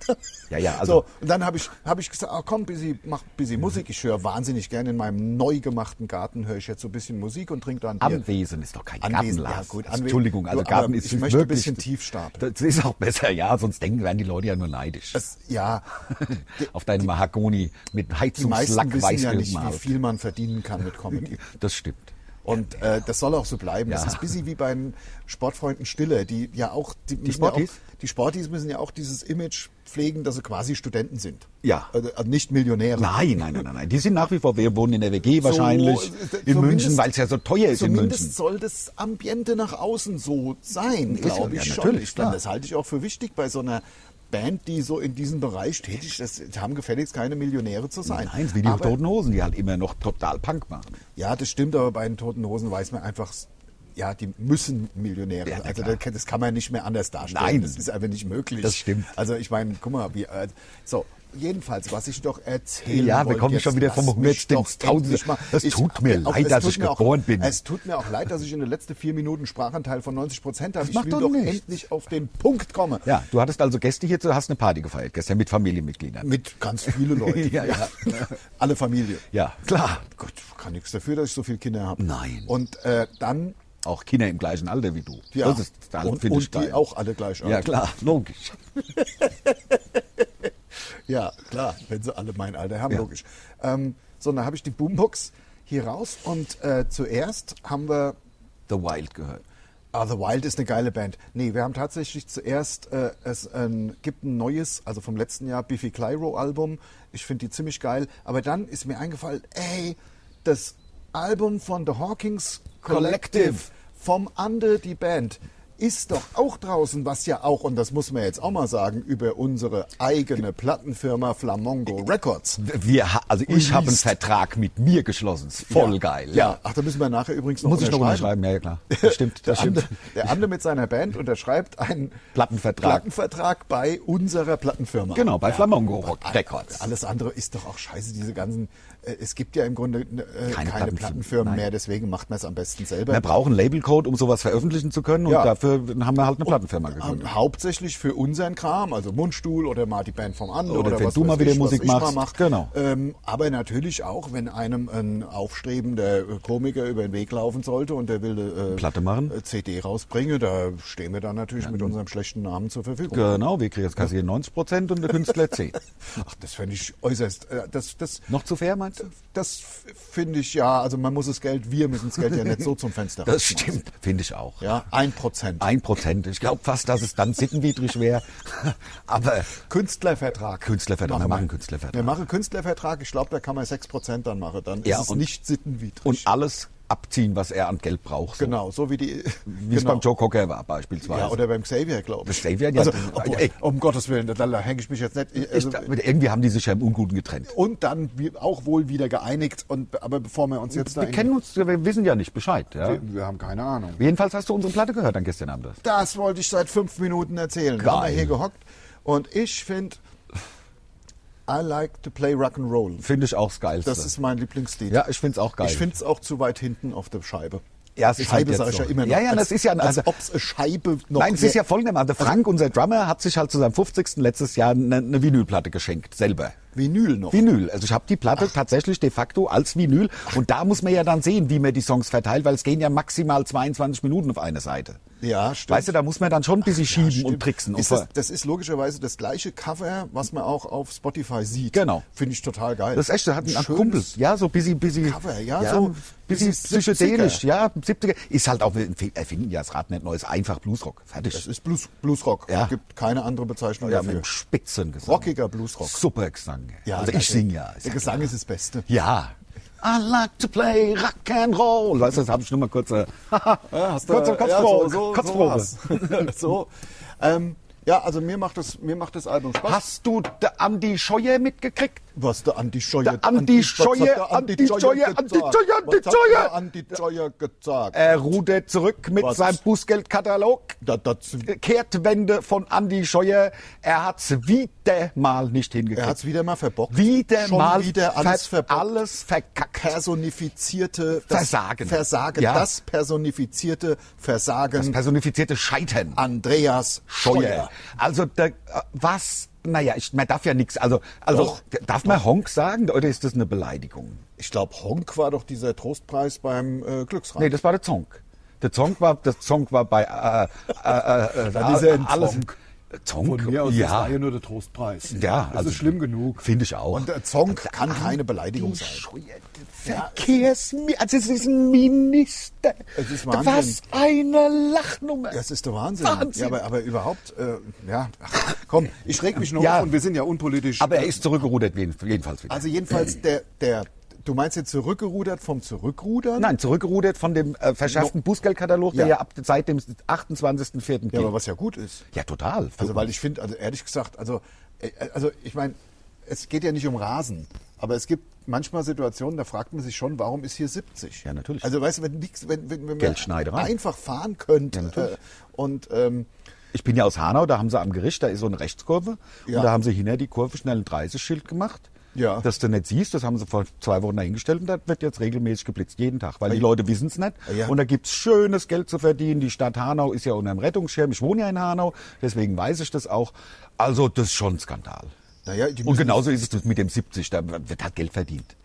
[SPEAKER 2] Ja, ja, also.
[SPEAKER 1] so, und dann habe ich, hab ich gesagt, ah, komm, busy, mach busy Musik. Ich höre wahnsinnig gerne in meinem neu gemachten Garten, höre ich jetzt so ein bisschen Musik und trinke dann Bier.
[SPEAKER 2] Anwesen ist doch kein
[SPEAKER 1] Anwesen,
[SPEAKER 2] Garten, Lars.
[SPEAKER 1] ja, gut,
[SPEAKER 2] Also,
[SPEAKER 1] Anwesen.
[SPEAKER 2] Entschuldigung, also
[SPEAKER 1] Du,
[SPEAKER 2] Garten
[SPEAKER 1] aber
[SPEAKER 2] ist
[SPEAKER 1] ich möchte ein
[SPEAKER 2] wirklich,
[SPEAKER 1] bisschen tief starten.
[SPEAKER 2] Das ist auch besser, ja, sonst denken werden die Leute ja nur neidisch.
[SPEAKER 1] Das, ja, die,
[SPEAKER 2] auf deine Mahagoni mit
[SPEAKER 1] die meisten
[SPEAKER 2] Heizungslack
[SPEAKER 1] wissen
[SPEAKER 2] weiß
[SPEAKER 1] ja
[SPEAKER 2] halt.
[SPEAKER 1] nicht, wie
[SPEAKER 2] gemalt.
[SPEAKER 1] viel man verdienen kann mit Comedy.
[SPEAKER 2] Das stimmt.
[SPEAKER 1] Und äh, das soll auch so bleiben. Das
[SPEAKER 2] Ja.
[SPEAKER 1] ist ein bisschen wie bei den Sportfreunden Stille, die ja auch die, müssen Ja
[SPEAKER 2] Sportis?
[SPEAKER 1] auch, die Sportis müssen ja auch dieses Image pflegen, dass sie quasi Studenten sind.
[SPEAKER 2] Ja.
[SPEAKER 1] Also, also nicht Millionäre.
[SPEAKER 2] Nein, nein, nein, nein, nein. Die sind nach wie vor, wir wohnen in der WG wahrscheinlich,
[SPEAKER 1] So, äh,
[SPEAKER 2] in
[SPEAKER 1] zumindest-
[SPEAKER 2] München, weil es ja so teuer ist in
[SPEAKER 1] Zumindest
[SPEAKER 2] München.
[SPEAKER 1] soll das Ambiente nach außen so sein, glaube
[SPEAKER 2] ja,
[SPEAKER 1] ich schon.
[SPEAKER 2] natürlich,
[SPEAKER 1] Ich glaube,
[SPEAKER 2] klar.
[SPEAKER 1] das halte ich auch für wichtig bei so einer Band, die so in diesem Bereich tätig ist. Das haben gefälligst keine Millionäre zu sein.
[SPEAKER 2] Nein, wie die
[SPEAKER 1] Aber-
[SPEAKER 2] Toten Hosen, die halt immer noch total Punk machen.
[SPEAKER 1] Ja, das stimmt, aber bei den Toten Hosen weiß man einfach, ja, die müssen Millionäre
[SPEAKER 2] Ja,
[SPEAKER 1] sein.
[SPEAKER 2] na
[SPEAKER 1] Also
[SPEAKER 2] klar.
[SPEAKER 1] das, kann- das kann man nicht mehr anders darstellen.
[SPEAKER 2] Nein.
[SPEAKER 1] Das ist einfach nicht möglich.
[SPEAKER 2] Das stimmt.
[SPEAKER 1] Also ich meine, guck mal, wie... Äh, so, jedenfalls, was ich doch erzählen
[SPEAKER 2] Ja, wir
[SPEAKER 1] wollte,
[SPEAKER 2] kommen
[SPEAKER 1] jetzt
[SPEAKER 2] schon wieder
[SPEAKER 1] lass
[SPEAKER 2] vom
[SPEAKER 1] mich
[SPEAKER 2] Hundertsten
[SPEAKER 1] doch
[SPEAKER 2] ins Tausende.
[SPEAKER 1] endlich mal-
[SPEAKER 2] Es tut mir
[SPEAKER 1] auch-
[SPEAKER 2] leid,
[SPEAKER 1] es
[SPEAKER 2] dass
[SPEAKER 1] tut
[SPEAKER 2] ich
[SPEAKER 1] mir
[SPEAKER 2] geboren
[SPEAKER 1] auch,
[SPEAKER 2] bin.
[SPEAKER 1] Es tut mir auch leid, dass ich in den letzten vier Minuten Sprachanteil von 90 Prozent habe. Ich
[SPEAKER 2] macht
[SPEAKER 1] will
[SPEAKER 2] doch
[SPEAKER 1] doch
[SPEAKER 2] nichts.
[SPEAKER 1] endlich auf den Punkt kommen.
[SPEAKER 2] Ja, du hattest also Gäste hier, du hast eine Party gefeiert gestern mit Familienmitgliedern.
[SPEAKER 1] Mit ganz vielen Leuten.
[SPEAKER 2] Ja, ja.
[SPEAKER 1] Alle Familie.
[SPEAKER 2] Ja, klar.
[SPEAKER 1] Gott, kann nichts dafür, dass ich so viele Kinder habe.
[SPEAKER 2] Nein.
[SPEAKER 1] Und äh, dann
[SPEAKER 2] Auch Kinder im gleichen Alter wie du.
[SPEAKER 1] Ja.
[SPEAKER 2] Das ist, das
[SPEAKER 1] und,
[SPEAKER 2] finde ich
[SPEAKER 1] und die
[SPEAKER 2] geil.
[SPEAKER 1] auch alle gleich
[SPEAKER 2] Ja,
[SPEAKER 1] alt.
[SPEAKER 2] klar, logisch.
[SPEAKER 1] Ja, klar, wenn sie alle mein Alter haben,
[SPEAKER 2] Ja.
[SPEAKER 1] logisch. Ähm, so, dann habe ich die Boombox hier raus und äh, zuerst haben wir.
[SPEAKER 2] The Wild gehört.
[SPEAKER 1] Ah, The Wild ist eine geile Band. Nee, wir haben tatsächlich zuerst, äh, es ähm, gibt ein neues, also vom letzten Jahr, Biffy Clyro Album. Ich finde die ziemlich geil. Aber dann ist mir eingefallen, ey, das Album von The Hawkins Collective,
[SPEAKER 2] Collective.
[SPEAKER 1] vom Ande, die Band. ist doch auch draußen, was ja auch, und das muss man jetzt auch mal sagen, über unsere eigene Plattenfirma Flamongo Records.
[SPEAKER 3] Wir, ha- also ich habe einen
[SPEAKER 1] Released.
[SPEAKER 3] Vertrag mit mir geschlossen. Ist voll
[SPEAKER 1] ja.
[SPEAKER 3] geil.
[SPEAKER 1] Ja, ach, da müssen wir nachher übrigens noch
[SPEAKER 2] Muss ich noch
[SPEAKER 1] unterschreiben.
[SPEAKER 2] unterschreiben, ja, ja klar. Das stimmt, das
[SPEAKER 1] Der Ande,
[SPEAKER 2] stimmt.
[SPEAKER 1] der Ande mit seiner Band unterschreibt einen
[SPEAKER 2] Plattenvertrag.
[SPEAKER 1] Plattenvertrag bei unserer Plattenfirma.
[SPEAKER 2] Genau, bei Flamongo Rock.
[SPEAKER 3] Records.
[SPEAKER 1] Alles andere ist doch auch scheiße, diese ganzen. Äh, es gibt ja im Grunde äh, keine,
[SPEAKER 2] Plattenfirmen,
[SPEAKER 1] Plattenfirmen
[SPEAKER 2] nein.
[SPEAKER 1] mehr, deswegen macht man es am besten selber.
[SPEAKER 2] Wir brauchen einen Labelcode, um sowas veröffentlichen zu können und
[SPEAKER 1] Ja.
[SPEAKER 2] dafür haben wir halt eine Plattenfirma gegründet.
[SPEAKER 1] Ähm, hauptsächlich für unseren Kram, also Mundstuhl oder mal die Band vom anderen
[SPEAKER 2] Oder
[SPEAKER 1] oder,
[SPEAKER 2] wenn
[SPEAKER 1] was
[SPEAKER 2] du mal
[SPEAKER 1] weiß
[SPEAKER 2] wieder
[SPEAKER 1] ich,
[SPEAKER 2] Musik
[SPEAKER 1] was ich
[SPEAKER 2] machst,
[SPEAKER 1] Mal mach.
[SPEAKER 2] genau.
[SPEAKER 1] Ähm, aber natürlich auch, wenn einem ein aufstrebender Komiker über den Weg laufen sollte und der will äh,
[SPEAKER 2] Platte machen.
[SPEAKER 1] äh, CD rausbringen, da stehen wir dann natürlich mit unserem schlechten Namen zur Verfügung.
[SPEAKER 2] Genau, wir kriegen jetzt Kassier 90 Prozent und der Künstler 10.
[SPEAKER 1] Ach, das fände ich äußerst. Äh, das das,
[SPEAKER 2] Noch zu fair, meinst du?
[SPEAKER 1] das f- finde ich ja, also man muss das Geld, wir müssen das Geld ja nicht so zum Fenster
[SPEAKER 2] Das
[SPEAKER 1] rausschmeißen.
[SPEAKER 2] stimmt, finde ich auch.
[SPEAKER 1] Ja, ein Prozent.
[SPEAKER 2] Ein Prozent. Ich glaube fast, dass es dann sittenwidrig wäre. Aber
[SPEAKER 1] Künstlervertrag.
[SPEAKER 2] Künstlervertrag, wir machen Künstlervertrag.
[SPEAKER 1] Wir machen Künstlervertrag, ich glaube, da kann man 6% dann machen. Dann
[SPEAKER 2] Ja,
[SPEAKER 1] ist es
[SPEAKER 2] und-
[SPEAKER 1] nicht sittenwidrig.
[SPEAKER 2] und alles abziehen, was er an Geld braucht. So.
[SPEAKER 1] genau, so wie die.
[SPEAKER 2] Wie
[SPEAKER 1] genau.
[SPEAKER 2] es beim Joe Cocker war beispielsweise.
[SPEAKER 1] ja, oder beim Xavier, glaube ich.
[SPEAKER 2] Xavier, ja.
[SPEAKER 1] Also, obwohl,
[SPEAKER 2] Ey.
[SPEAKER 1] um Gottes Willen, da, da hänge ich mich jetzt nicht. ich-
[SPEAKER 2] ich,
[SPEAKER 1] Also,
[SPEAKER 2] irgendwie haben die sich ja im Unguten getrennt.
[SPEAKER 1] und dann wir auch wohl wieder geeinigt. Und, aber bevor wir uns jetzt da.
[SPEAKER 2] Wir kennen uns, wir wissen ja nicht Bescheid. Ja?
[SPEAKER 1] wir, wir haben keine Ahnung.
[SPEAKER 2] Jedenfalls hast du unsere Platte gehört dann gestern Abend.
[SPEAKER 1] Das wollte ich seit fünf Minuten erzählen. Da haben
[SPEAKER 2] Geil.
[SPEAKER 1] wir hier gehockt. Und ich finde, I like to play Rock'n'Roll.
[SPEAKER 2] Finde ich auch das Geilste.
[SPEAKER 1] Das ist mein Lieblingslied.
[SPEAKER 2] ja, ich finde es auch geil.
[SPEAKER 1] Ich finde es auch zu weit hinten auf der Scheibe.
[SPEAKER 2] Ja, es ist
[SPEAKER 1] Scheibe
[SPEAKER 2] halt
[SPEAKER 1] sage ich
[SPEAKER 2] jetzt
[SPEAKER 1] ja
[SPEAKER 2] so.
[SPEAKER 1] immer noch.
[SPEAKER 2] Ja, ja,
[SPEAKER 1] als,
[SPEAKER 2] das ist ja-
[SPEAKER 1] als
[SPEAKER 2] also-
[SPEAKER 1] ob es eine Scheibe noch Also
[SPEAKER 2] Nein, es ist ja
[SPEAKER 1] wäre.
[SPEAKER 2] folgendermaßen. Der Frank, unser Drummer, hat sich halt zu seinem 50. letztes Jahr eine, eine Vinylplatte geschenkt, selber.
[SPEAKER 1] Vinyl noch.
[SPEAKER 2] Vinyl. Also ich habe die Platte tatsächlich de facto als Vinyl. Und da muss man ja dann sehen, wie man die Songs verteilt, weil es gehen ja maximal 22 Minuten auf eine Seite.
[SPEAKER 1] Ja, stimmt.
[SPEAKER 2] Weißt du, da muss man dann schon ein bisschen
[SPEAKER 1] Ja,
[SPEAKER 2] schieben und
[SPEAKER 1] stimmt.
[SPEAKER 2] tricksen. Und
[SPEAKER 1] Ist das,
[SPEAKER 2] ver-
[SPEAKER 1] das ist logischerweise das gleiche Cover, was man auch auf Spotify sieht.
[SPEAKER 2] Genau.
[SPEAKER 1] Finde ich total geil.
[SPEAKER 2] Das ist echt, da hat ein,
[SPEAKER 1] schönes-
[SPEAKER 2] Kumpel, ja, so busy, busy.
[SPEAKER 1] Cover, ja, so
[SPEAKER 2] busy
[SPEAKER 1] bisschen
[SPEAKER 2] psychedelisch, ja, 70er. Ist halt auch, wir empfehlen- erfinden ja das Rad nicht neu, ist einfach Bluesrock, fertig.
[SPEAKER 1] Das ist Blues, Bluesrock.
[SPEAKER 2] Ja.
[SPEAKER 1] Gibt keine andere Bezeichnung
[SPEAKER 2] ja, mit
[SPEAKER 1] dafür.
[SPEAKER 2] einem Spitzengesang.
[SPEAKER 1] Rockiger Bluesrock.
[SPEAKER 2] Super Gesang.
[SPEAKER 1] Ja,
[SPEAKER 2] also
[SPEAKER 1] der-
[SPEAKER 2] ich singe ja.
[SPEAKER 1] Der Gesang ist das Beste.
[SPEAKER 2] Ja. I like to play rock and roll. Weißt du, das habe ich nur mal kurz. Äh, hast kurz
[SPEAKER 1] Äh, ja,
[SPEAKER 2] Kotzprobe. Kotzprobe.
[SPEAKER 1] so, war's. so. Ähm, ja, also mir macht das, mir macht das Album Spaß.
[SPEAKER 2] Hast du de Andi Scheuer mitgekriegt?
[SPEAKER 1] Was der Andi Scheuer,
[SPEAKER 2] Der Andi
[SPEAKER 1] was hat
[SPEAKER 2] Scheuer,
[SPEAKER 1] der Andi
[SPEAKER 2] Andi Scheuer,
[SPEAKER 1] gesagt?
[SPEAKER 2] Andi Scheuer, Andi
[SPEAKER 1] Was hat
[SPEAKER 2] Scheuer?
[SPEAKER 1] der Andi Scheuer gesagt.
[SPEAKER 2] Er rudert zurück mit
[SPEAKER 1] Was?
[SPEAKER 2] seinem Bußgeldkatalog.
[SPEAKER 1] Da, das,
[SPEAKER 2] Äh, Kehrtwende von Andi Scheuer. Er hat's wieder mal nicht
[SPEAKER 1] er hat
[SPEAKER 2] hingekriegt.
[SPEAKER 1] es wieder mal verbockt.
[SPEAKER 2] wieder
[SPEAKER 1] Schon
[SPEAKER 2] mal
[SPEAKER 1] wieder alles
[SPEAKER 2] ver
[SPEAKER 1] verbockt.
[SPEAKER 2] alles verkackt.
[SPEAKER 1] Personifizierte
[SPEAKER 2] Versagen.
[SPEAKER 1] Versagen.
[SPEAKER 2] Ja.
[SPEAKER 1] Das personifizierte
[SPEAKER 2] Das
[SPEAKER 1] Versagen
[SPEAKER 2] personifizierte Scheitern.
[SPEAKER 1] Andreas
[SPEAKER 2] Scheuer.
[SPEAKER 1] Scheuer.
[SPEAKER 2] Also da, äh, was? Naja, ich, man darf ja nichts. Also, also
[SPEAKER 1] Doch.
[SPEAKER 2] darf man Honk sagen oder ist das eine Beleidigung?
[SPEAKER 1] Ich glaube, Honk war doch dieser Trostpreis beim äh, Glücksrad.
[SPEAKER 2] Nee, das war der Zonk. Der Zonk war, der Zonk war bei äh, äh, äh,
[SPEAKER 4] Dann ist er ein
[SPEAKER 2] Zonk.
[SPEAKER 4] Zonk.
[SPEAKER 2] Zonk?
[SPEAKER 4] Von mir aus das
[SPEAKER 2] ja.
[SPEAKER 4] war ja nur der Trostpreis.
[SPEAKER 2] ja, also,
[SPEAKER 4] das ist schlimm genug.
[SPEAKER 2] Finde ich auch.
[SPEAKER 1] Und der Zonk kann keine Beleidigung sein.
[SPEAKER 2] Verkehrsminister, also es ist ein Minister.
[SPEAKER 1] Es ist Wahnsinn.
[SPEAKER 2] Was eine Lachnummer.
[SPEAKER 1] Das ist der Wahnsinn.
[SPEAKER 2] Wahnsinn.
[SPEAKER 1] Ja, aber, aber überhaupt, äh, ja, ach, komm, ich reg mich nur
[SPEAKER 2] Ja.
[SPEAKER 1] auf und wir sind ja unpolitisch. Äh,
[SPEAKER 2] Aber er ist zurückgerudert jeden- jedenfalls wieder.
[SPEAKER 1] Also jedenfalls der, der, du meinst jetzt zurückgerudert vom Zurückrudern?
[SPEAKER 2] Nein, zurückgerudert von dem äh, verschärften Bußgeldkatalog, der
[SPEAKER 1] Ja.
[SPEAKER 2] ja ab seit dem 28.04. gilt.
[SPEAKER 1] Ja, aber was ja gut ist.
[SPEAKER 2] ja, total.
[SPEAKER 1] Also weil ich finde, also ehrlich gesagt, also, äh, also ich meine, es geht ja nicht um Rasen, aber es gibt manchmal Situationen, da fragt man sich schon, warum ist hier 70?
[SPEAKER 2] Ja, natürlich.
[SPEAKER 1] Also weißt du, wenn nix, wenn, wenn, wenn man
[SPEAKER 2] Geldschneiderei.
[SPEAKER 1] einfach fahren könnte äh, und ähm,
[SPEAKER 2] Ich bin ja aus Hanau, da haben sie am Gericht, da ist so eine Rechtskurve
[SPEAKER 1] Ja.
[SPEAKER 2] und da haben sie hinter die Kurve schnell ein 30-Schild gemacht.
[SPEAKER 1] Ja.
[SPEAKER 2] Dass du nicht siehst, das haben sie vor zwei Wochen dahingestellt und da wird jetzt regelmäßig geblitzt, jeden Tag, weil die Leute wissen es nicht.
[SPEAKER 1] Ah, Ja.
[SPEAKER 2] Und da gibt's schönes Geld zu verdienen. Die Stadt Hanau ist ja unterm Rettungsschirm. Ich wohne ja in Hanau, deswegen weiß ich das auch. Also, das ist schon ein Skandal.
[SPEAKER 1] naja, die
[SPEAKER 2] Und genau
[SPEAKER 1] müssen,
[SPEAKER 2] genauso ist es mit dem 70, da wird halt Geld verdient.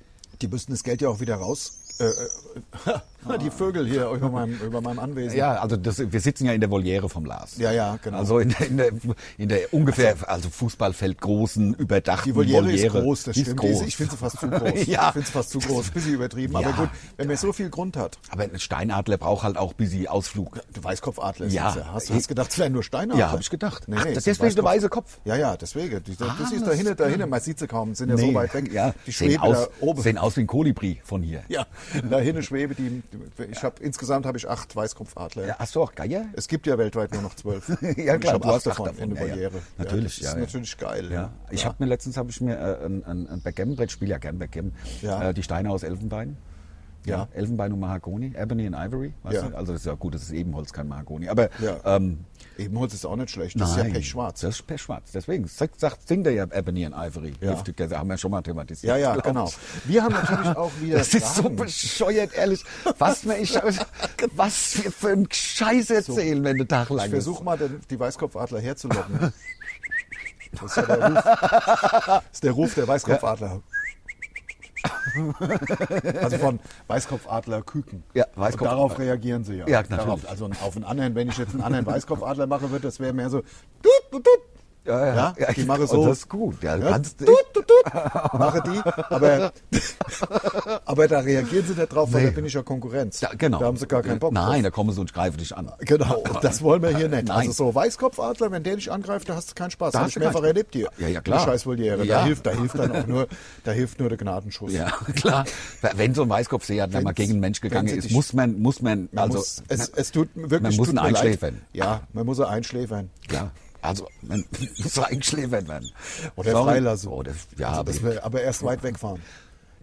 [SPEAKER 1] die müssten das Geld ja auch wieder raus. Äh, äh, die Vögel hier über meinem, über meinem Anwesen.
[SPEAKER 2] Ja, also das, wir sitzen ja in der Voliere vom Lars.
[SPEAKER 1] Ja, ja, genau.
[SPEAKER 2] Also in der, in der, in der ungefähr, also Fußballfeld großen, überdachten
[SPEAKER 1] Die Voliere,
[SPEAKER 2] Voliere.
[SPEAKER 1] ist groß, das
[SPEAKER 2] Die
[SPEAKER 1] stimmt. Die
[SPEAKER 2] Groß.
[SPEAKER 1] ist- Ich finde sie fast zu groß.
[SPEAKER 2] Ja.
[SPEAKER 1] Ich finde sie fast zu groß. Bisschen übertrieben.
[SPEAKER 2] Ja.
[SPEAKER 1] Aber gut, wenn man so viel Grund hat.
[SPEAKER 2] Aber ein Steinadler braucht halt auch ein bisschen Ausflug.
[SPEAKER 1] Du Weißkopfadler.
[SPEAKER 2] Ja.
[SPEAKER 1] sind's Hast du hast gedacht, es wären nur Steinadler?
[SPEAKER 2] Ja, hab ich gedacht.
[SPEAKER 1] Nee,
[SPEAKER 2] Ach,
[SPEAKER 1] nee,
[SPEAKER 2] das-
[SPEAKER 1] es sind
[SPEAKER 2] deswegen der weiße Kopf.
[SPEAKER 1] Ja, ja, deswegen. Die, das
[SPEAKER 2] Ah,
[SPEAKER 1] ist
[SPEAKER 2] das-
[SPEAKER 1] dahinter, dahinter. Man sieht sie kaum. Sind ja so weit weg.
[SPEAKER 2] Ja,
[SPEAKER 1] Die
[SPEAKER 2] sehen
[SPEAKER 1] schweben
[SPEAKER 2] aus,
[SPEAKER 1] da oben.
[SPEAKER 2] sehen aus wie ein Kolibri von hier.
[SPEAKER 1] Ja, La Hinne Schwebe, die, die- ich habe insgesamt habe ich acht Weißkopfadler.
[SPEAKER 2] Ja, hast du auch Geier?
[SPEAKER 1] Es gibt ja weltweit nur noch zwölf.
[SPEAKER 2] Ja,
[SPEAKER 1] Und
[SPEAKER 2] klar,
[SPEAKER 1] ich habe
[SPEAKER 2] du
[SPEAKER 1] acht
[SPEAKER 2] hast acht
[SPEAKER 1] davon
[SPEAKER 2] davon,
[SPEAKER 1] in der
[SPEAKER 2] ja, ja.
[SPEAKER 1] Barriere.
[SPEAKER 2] Natürlich,
[SPEAKER 1] das
[SPEAKER 2] ja,
[SPEAKER 1] ist
[SPEAKER 2] ja.
[SPEAKER 1] natürlich geil.
[SPEAKER 2] Ja. Ich habe mir letztens habe ich mir äh, ein, ein, ein Backgammon-Brett, spiele ja gern Backgammon,
[SPEAKER 1] Ja.
[SPEAKER 2] äh, die Steine aus Elfenbein.
[SPEAKER 1] Ja.
[SPEAKER 2] Elfenbein und Mahagoni, Ebony und Ivory. Weißt
[SPEAKER 1] Ja.
[SPEAKER 2] du? Also das ist ja gut, das ist Ebenholz, kein Mahagoni. Aber
[SPEAKER 1] Ja.
[SPEAKER 2] ähm,
[SPEAKER 1] Ebenholz ist auch nicht schlecht. Das ist ja pechschwarz.
[SPEAKER 2] Das ist pechschwarz. Deswegen sagt, sagt, singt er ja Ebony and Ivory.
[SPEAKER 1] Ja.
[SPEAKER 2] Live Together, haben wir schon mal thematisiert.
[SPEAKER 1] Ja, ja,
[SPEAKER 2] glaub
[SPEAKER 1] genau.
[SPEAKER 2] ich.
[SPEAKER 1] Wir haben natürlich auch wieder.
[SPEAKER 2] Das ist so
[SPEAKER 1] Fragen.
[SPEAKER 2] bescheuert, ehrlich. Was mir ich, was wir für einen Scheiß erzählen, wenn du Tag lang
[SPEAKER 1] Ich
[SPEAKER 2] ist.
[SPEAKER 1] versuche mal, den, die Weißkopfadler herzulocken. Das ist, ja der Ruf. das ist der Ruf der Weißkopfadler. Also von Weißkopfadler Küken.
[SPEAKER 2] Ja,
[SPEAKER 1] Und
[SPEAKER 2] Weißkopfadler.
[SPEAKER 1] darauf reagieren sie ja.
[SPEAKER 2] Ja, natürlich.
[SPEAKER 1] darauf, Also auf einen anderen, wenn ich jetzt einen anderen Weißkopfadler mache, wird das wäre mehr so.
[SPEAKER 2] Ja, ja.
[SPEAKER 1] Ja, ich mache so.
[SPEAKER 2] Und das ist gut. Ja, du
[SPEAKER 1] Ja,
[SPEAKER 2] kannst,
[SPEAKER 1] tut, tut, tut, mache die, aber, aber da reagieren sie nicht drauf, weil da bin ich ja Konkurrenz.
[SPEAKER 2] Ja, genau.
[SPEAKER 1] Da haben sie gar keinen Bock drauf.
[SPEAKER 2] Nein, da kommen sie und greifen dich an.
[SPEAKER 1] Genau, das wollen wir hier nicht.
[SPEAKER 2] Oh, äh, Nein.
[SPEAKER 1] Also so Weißkopfadler, wenn der dich angreift, da hast du keinen Spaß.
[SPEAKER 2] Da
[SPEAKER 1] Da
[SPEAKER 2] hast
[SPEAKER 1] hast
[SPEAKER 2] du
[SPEAKER 1] ich mehrfach
[SPEAKER 2] keinen-
[SPEAKER 1] erlebt hier.
[SPEAKER 2] Ja, ja, klar.
[SPEAKER 1] Die Scheißvoliere.
[SPEAKER 2] Ja.
[SPEAKER 1] Da hilft, da hilft dann auch nur, da hilft nur der Gnadenschuss.
[SPEAKER 2] Ja, klar. Wenn so ein Weißkopfseher dann mal gegen einen Mensch gegangen
[SPEAKER 1] wenn's
[SPEAKER 2] ist,
[SPEAKER 1] dich-
[SPEAKER 2] muss man, muss man,
[SPEAKER 1] Man
[SPEAKER 2] also,
[SPEAKER 1] muss, es, es tut wirklich
[SPEAKER 2] man
[SPEAKER 1] tut
[SPEAKER 2] muss ihn
[SPEAKER 1] mir leid.
[SPEAKER 2] einschläfern.
[SPEAKER 1] Ja, man muss er einschläfern.
[SPEAKER 2] klar. Also, man muss eingeschläfert werden.
[SPEAKER 1] Oder
[SPEAKER 2] Sorry.
[SPEAKER 1] freilassen.
[SPEAKER 2] Oder, ja,
[SPEAKER 1] also,
[SPEAKER 2] aber
[SPEAKER 1] dass wir, aber erst weit wegfahren.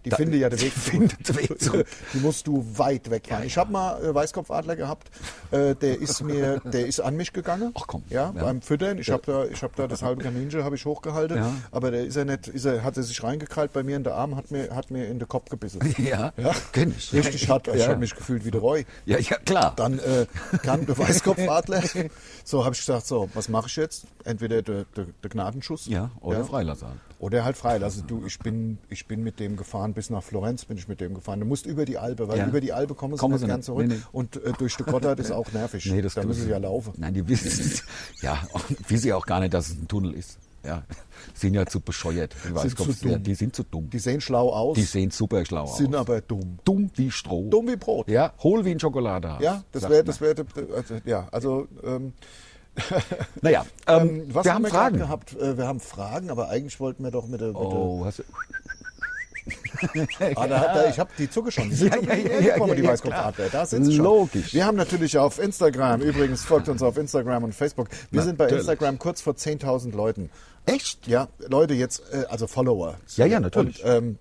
[SPEAKER 1] Die finde ja den Weg zurück.
[SPEAKER 2] findet Weg zurück.
[SPEAKER 1] Die musst du weit wegfahren. Ich habe mal äh, Weißkopfadler gehabt, äh, der ist mir, der ist an mich gegangen.
[SPEAKER 2] Ach komm.
[SPEAKER 1] Ja,
[SPEAKER 2] Ja.
[SPEAKER 1] beim Füttern. Ich habe da, ich habe da das halbe Kaninchen habe ich hochgehalten,
[SPEAKER 2] Ja.
[SPEAKER 1] aber der ist er nicht, ist er, hat er sich reingekrallt bei mir in der Arm, hat mir, hat mir in den Kopf gebissen.
[SPEAKER 2] ja, kenn ich.
[SPEAKER 1] Richtig hart. Ich
[SPEAKER 2] Ja.
[SPEAKER 1] habe mich gefühlt wie der Roy.
[SPEAKER 2] Ja, ja, klar.
[SPEAKER 1] Dann äh, kam der Weißkopfadler. So habe ich gesagt, so, was mache ich jetzt? Entweder der, der, der Gnadenschuss.
[SPEAKER 2] ja, oder Freilasser.
[SPEAKER 1] Oder halt freilassen. Du, ich bin, ich bin mit dem gefahren, bis nach Florenz bin ich mit dem gefahren. Du musst über die Alpe, weil
[SPEAKER 2] Ja.
[SPEAKER 1] über die Alpe kommen sie
[SPEAKER 2] Kommen
[SPEAKER 1] nicht
[SPEAKER 2] sie
[SPEAKER 1] gern
[SPEAKER 2] nicht.
[SPEAKER 1] zurück.
[SPEAKER 2] Nee, nee.
[SPEAKER 1] Und äh, durch die Gotthard ist auch nervig. da
[SPEAKER 2] tun
[SPEAKER 1] müssen sie ja laufen.
[SPEAKER 2] Nein, die wissen, ja, und wissen ja auch gar nicht, dass es ein Tunnel ist. Ja, sind ja zu bescheuert. Die, Weißkopfseher.
[SPEAKER 1] dumm.
[SPEAKER 2] die sind zu dumm.
[SPEAKER 1] Die sehen schlau aus,
[SPEAKER 2] Die sehen super schlau aus.
[SPEAKER 1] sind aber dumm.
[SPEAKER 2] dumm wie Stroh.
[SPEAKER 1] Dumm wie Brot.
[SPEAKER 2] Ja, hohl wie ein Schokoladehaus.
[SPEAKER 1] Ja, das
[SPEAKER 2] sagt
[SPEAKER 1] wäre,
[SPEAKER 2] man.
[SPEAKER 1] das wäre, also, ja, also, ähm,
[SPEAKER 2] Naja, ähm,
[SPEAKER 1] was
[SPEAKER 2] wir
[SPEAKER 1] haben wir
[SPEAKER 2] Fragen.
[SPEAKER 1] gerade gehabt? Äh, wir haben Fragen, aber eigentlich wollten wir doch mit der, mit
[SPEAKER 2] Oh, hast du.
[SPEAKER 1] Ah, da, hat er- ich habe die Zucke schon. Die sind
[SPEAKER 2] Ja,
[SPEAKER 1] schon
[SPEAKER 2] ja,
[SPEAKER 1] wieder
[SPEAKER 2] ja,
[SPEAKER 1] hergekommen,
[SPEAKER 2] ja,
[SPEAKER 1] die
[SPEAKER 2] ja,
[SPEAKER 1] Weißkopfadler.
[SPEAKER 2] klar.
[SPEAKER 1] Da sind sie schon.
[SPEAKER 2] Logisch.
[SPEAKER 1] Wir haben natürlich auf Instagram, übrigens folgt uns auf Instagram und Facebook. Wir sind bei
[SPEAKER 2] Natürlich.
[SPEAKER 1] Instagram kurz vor 10.000 Leuten.
[SPEAKER 2] Echt?
[SPEAKER 1] Ja, Leute jetzt, äh, also Follower.
[SPEAKER 2] Ja, ja, natürlich.
[SPEAKER 1] Und, ähm,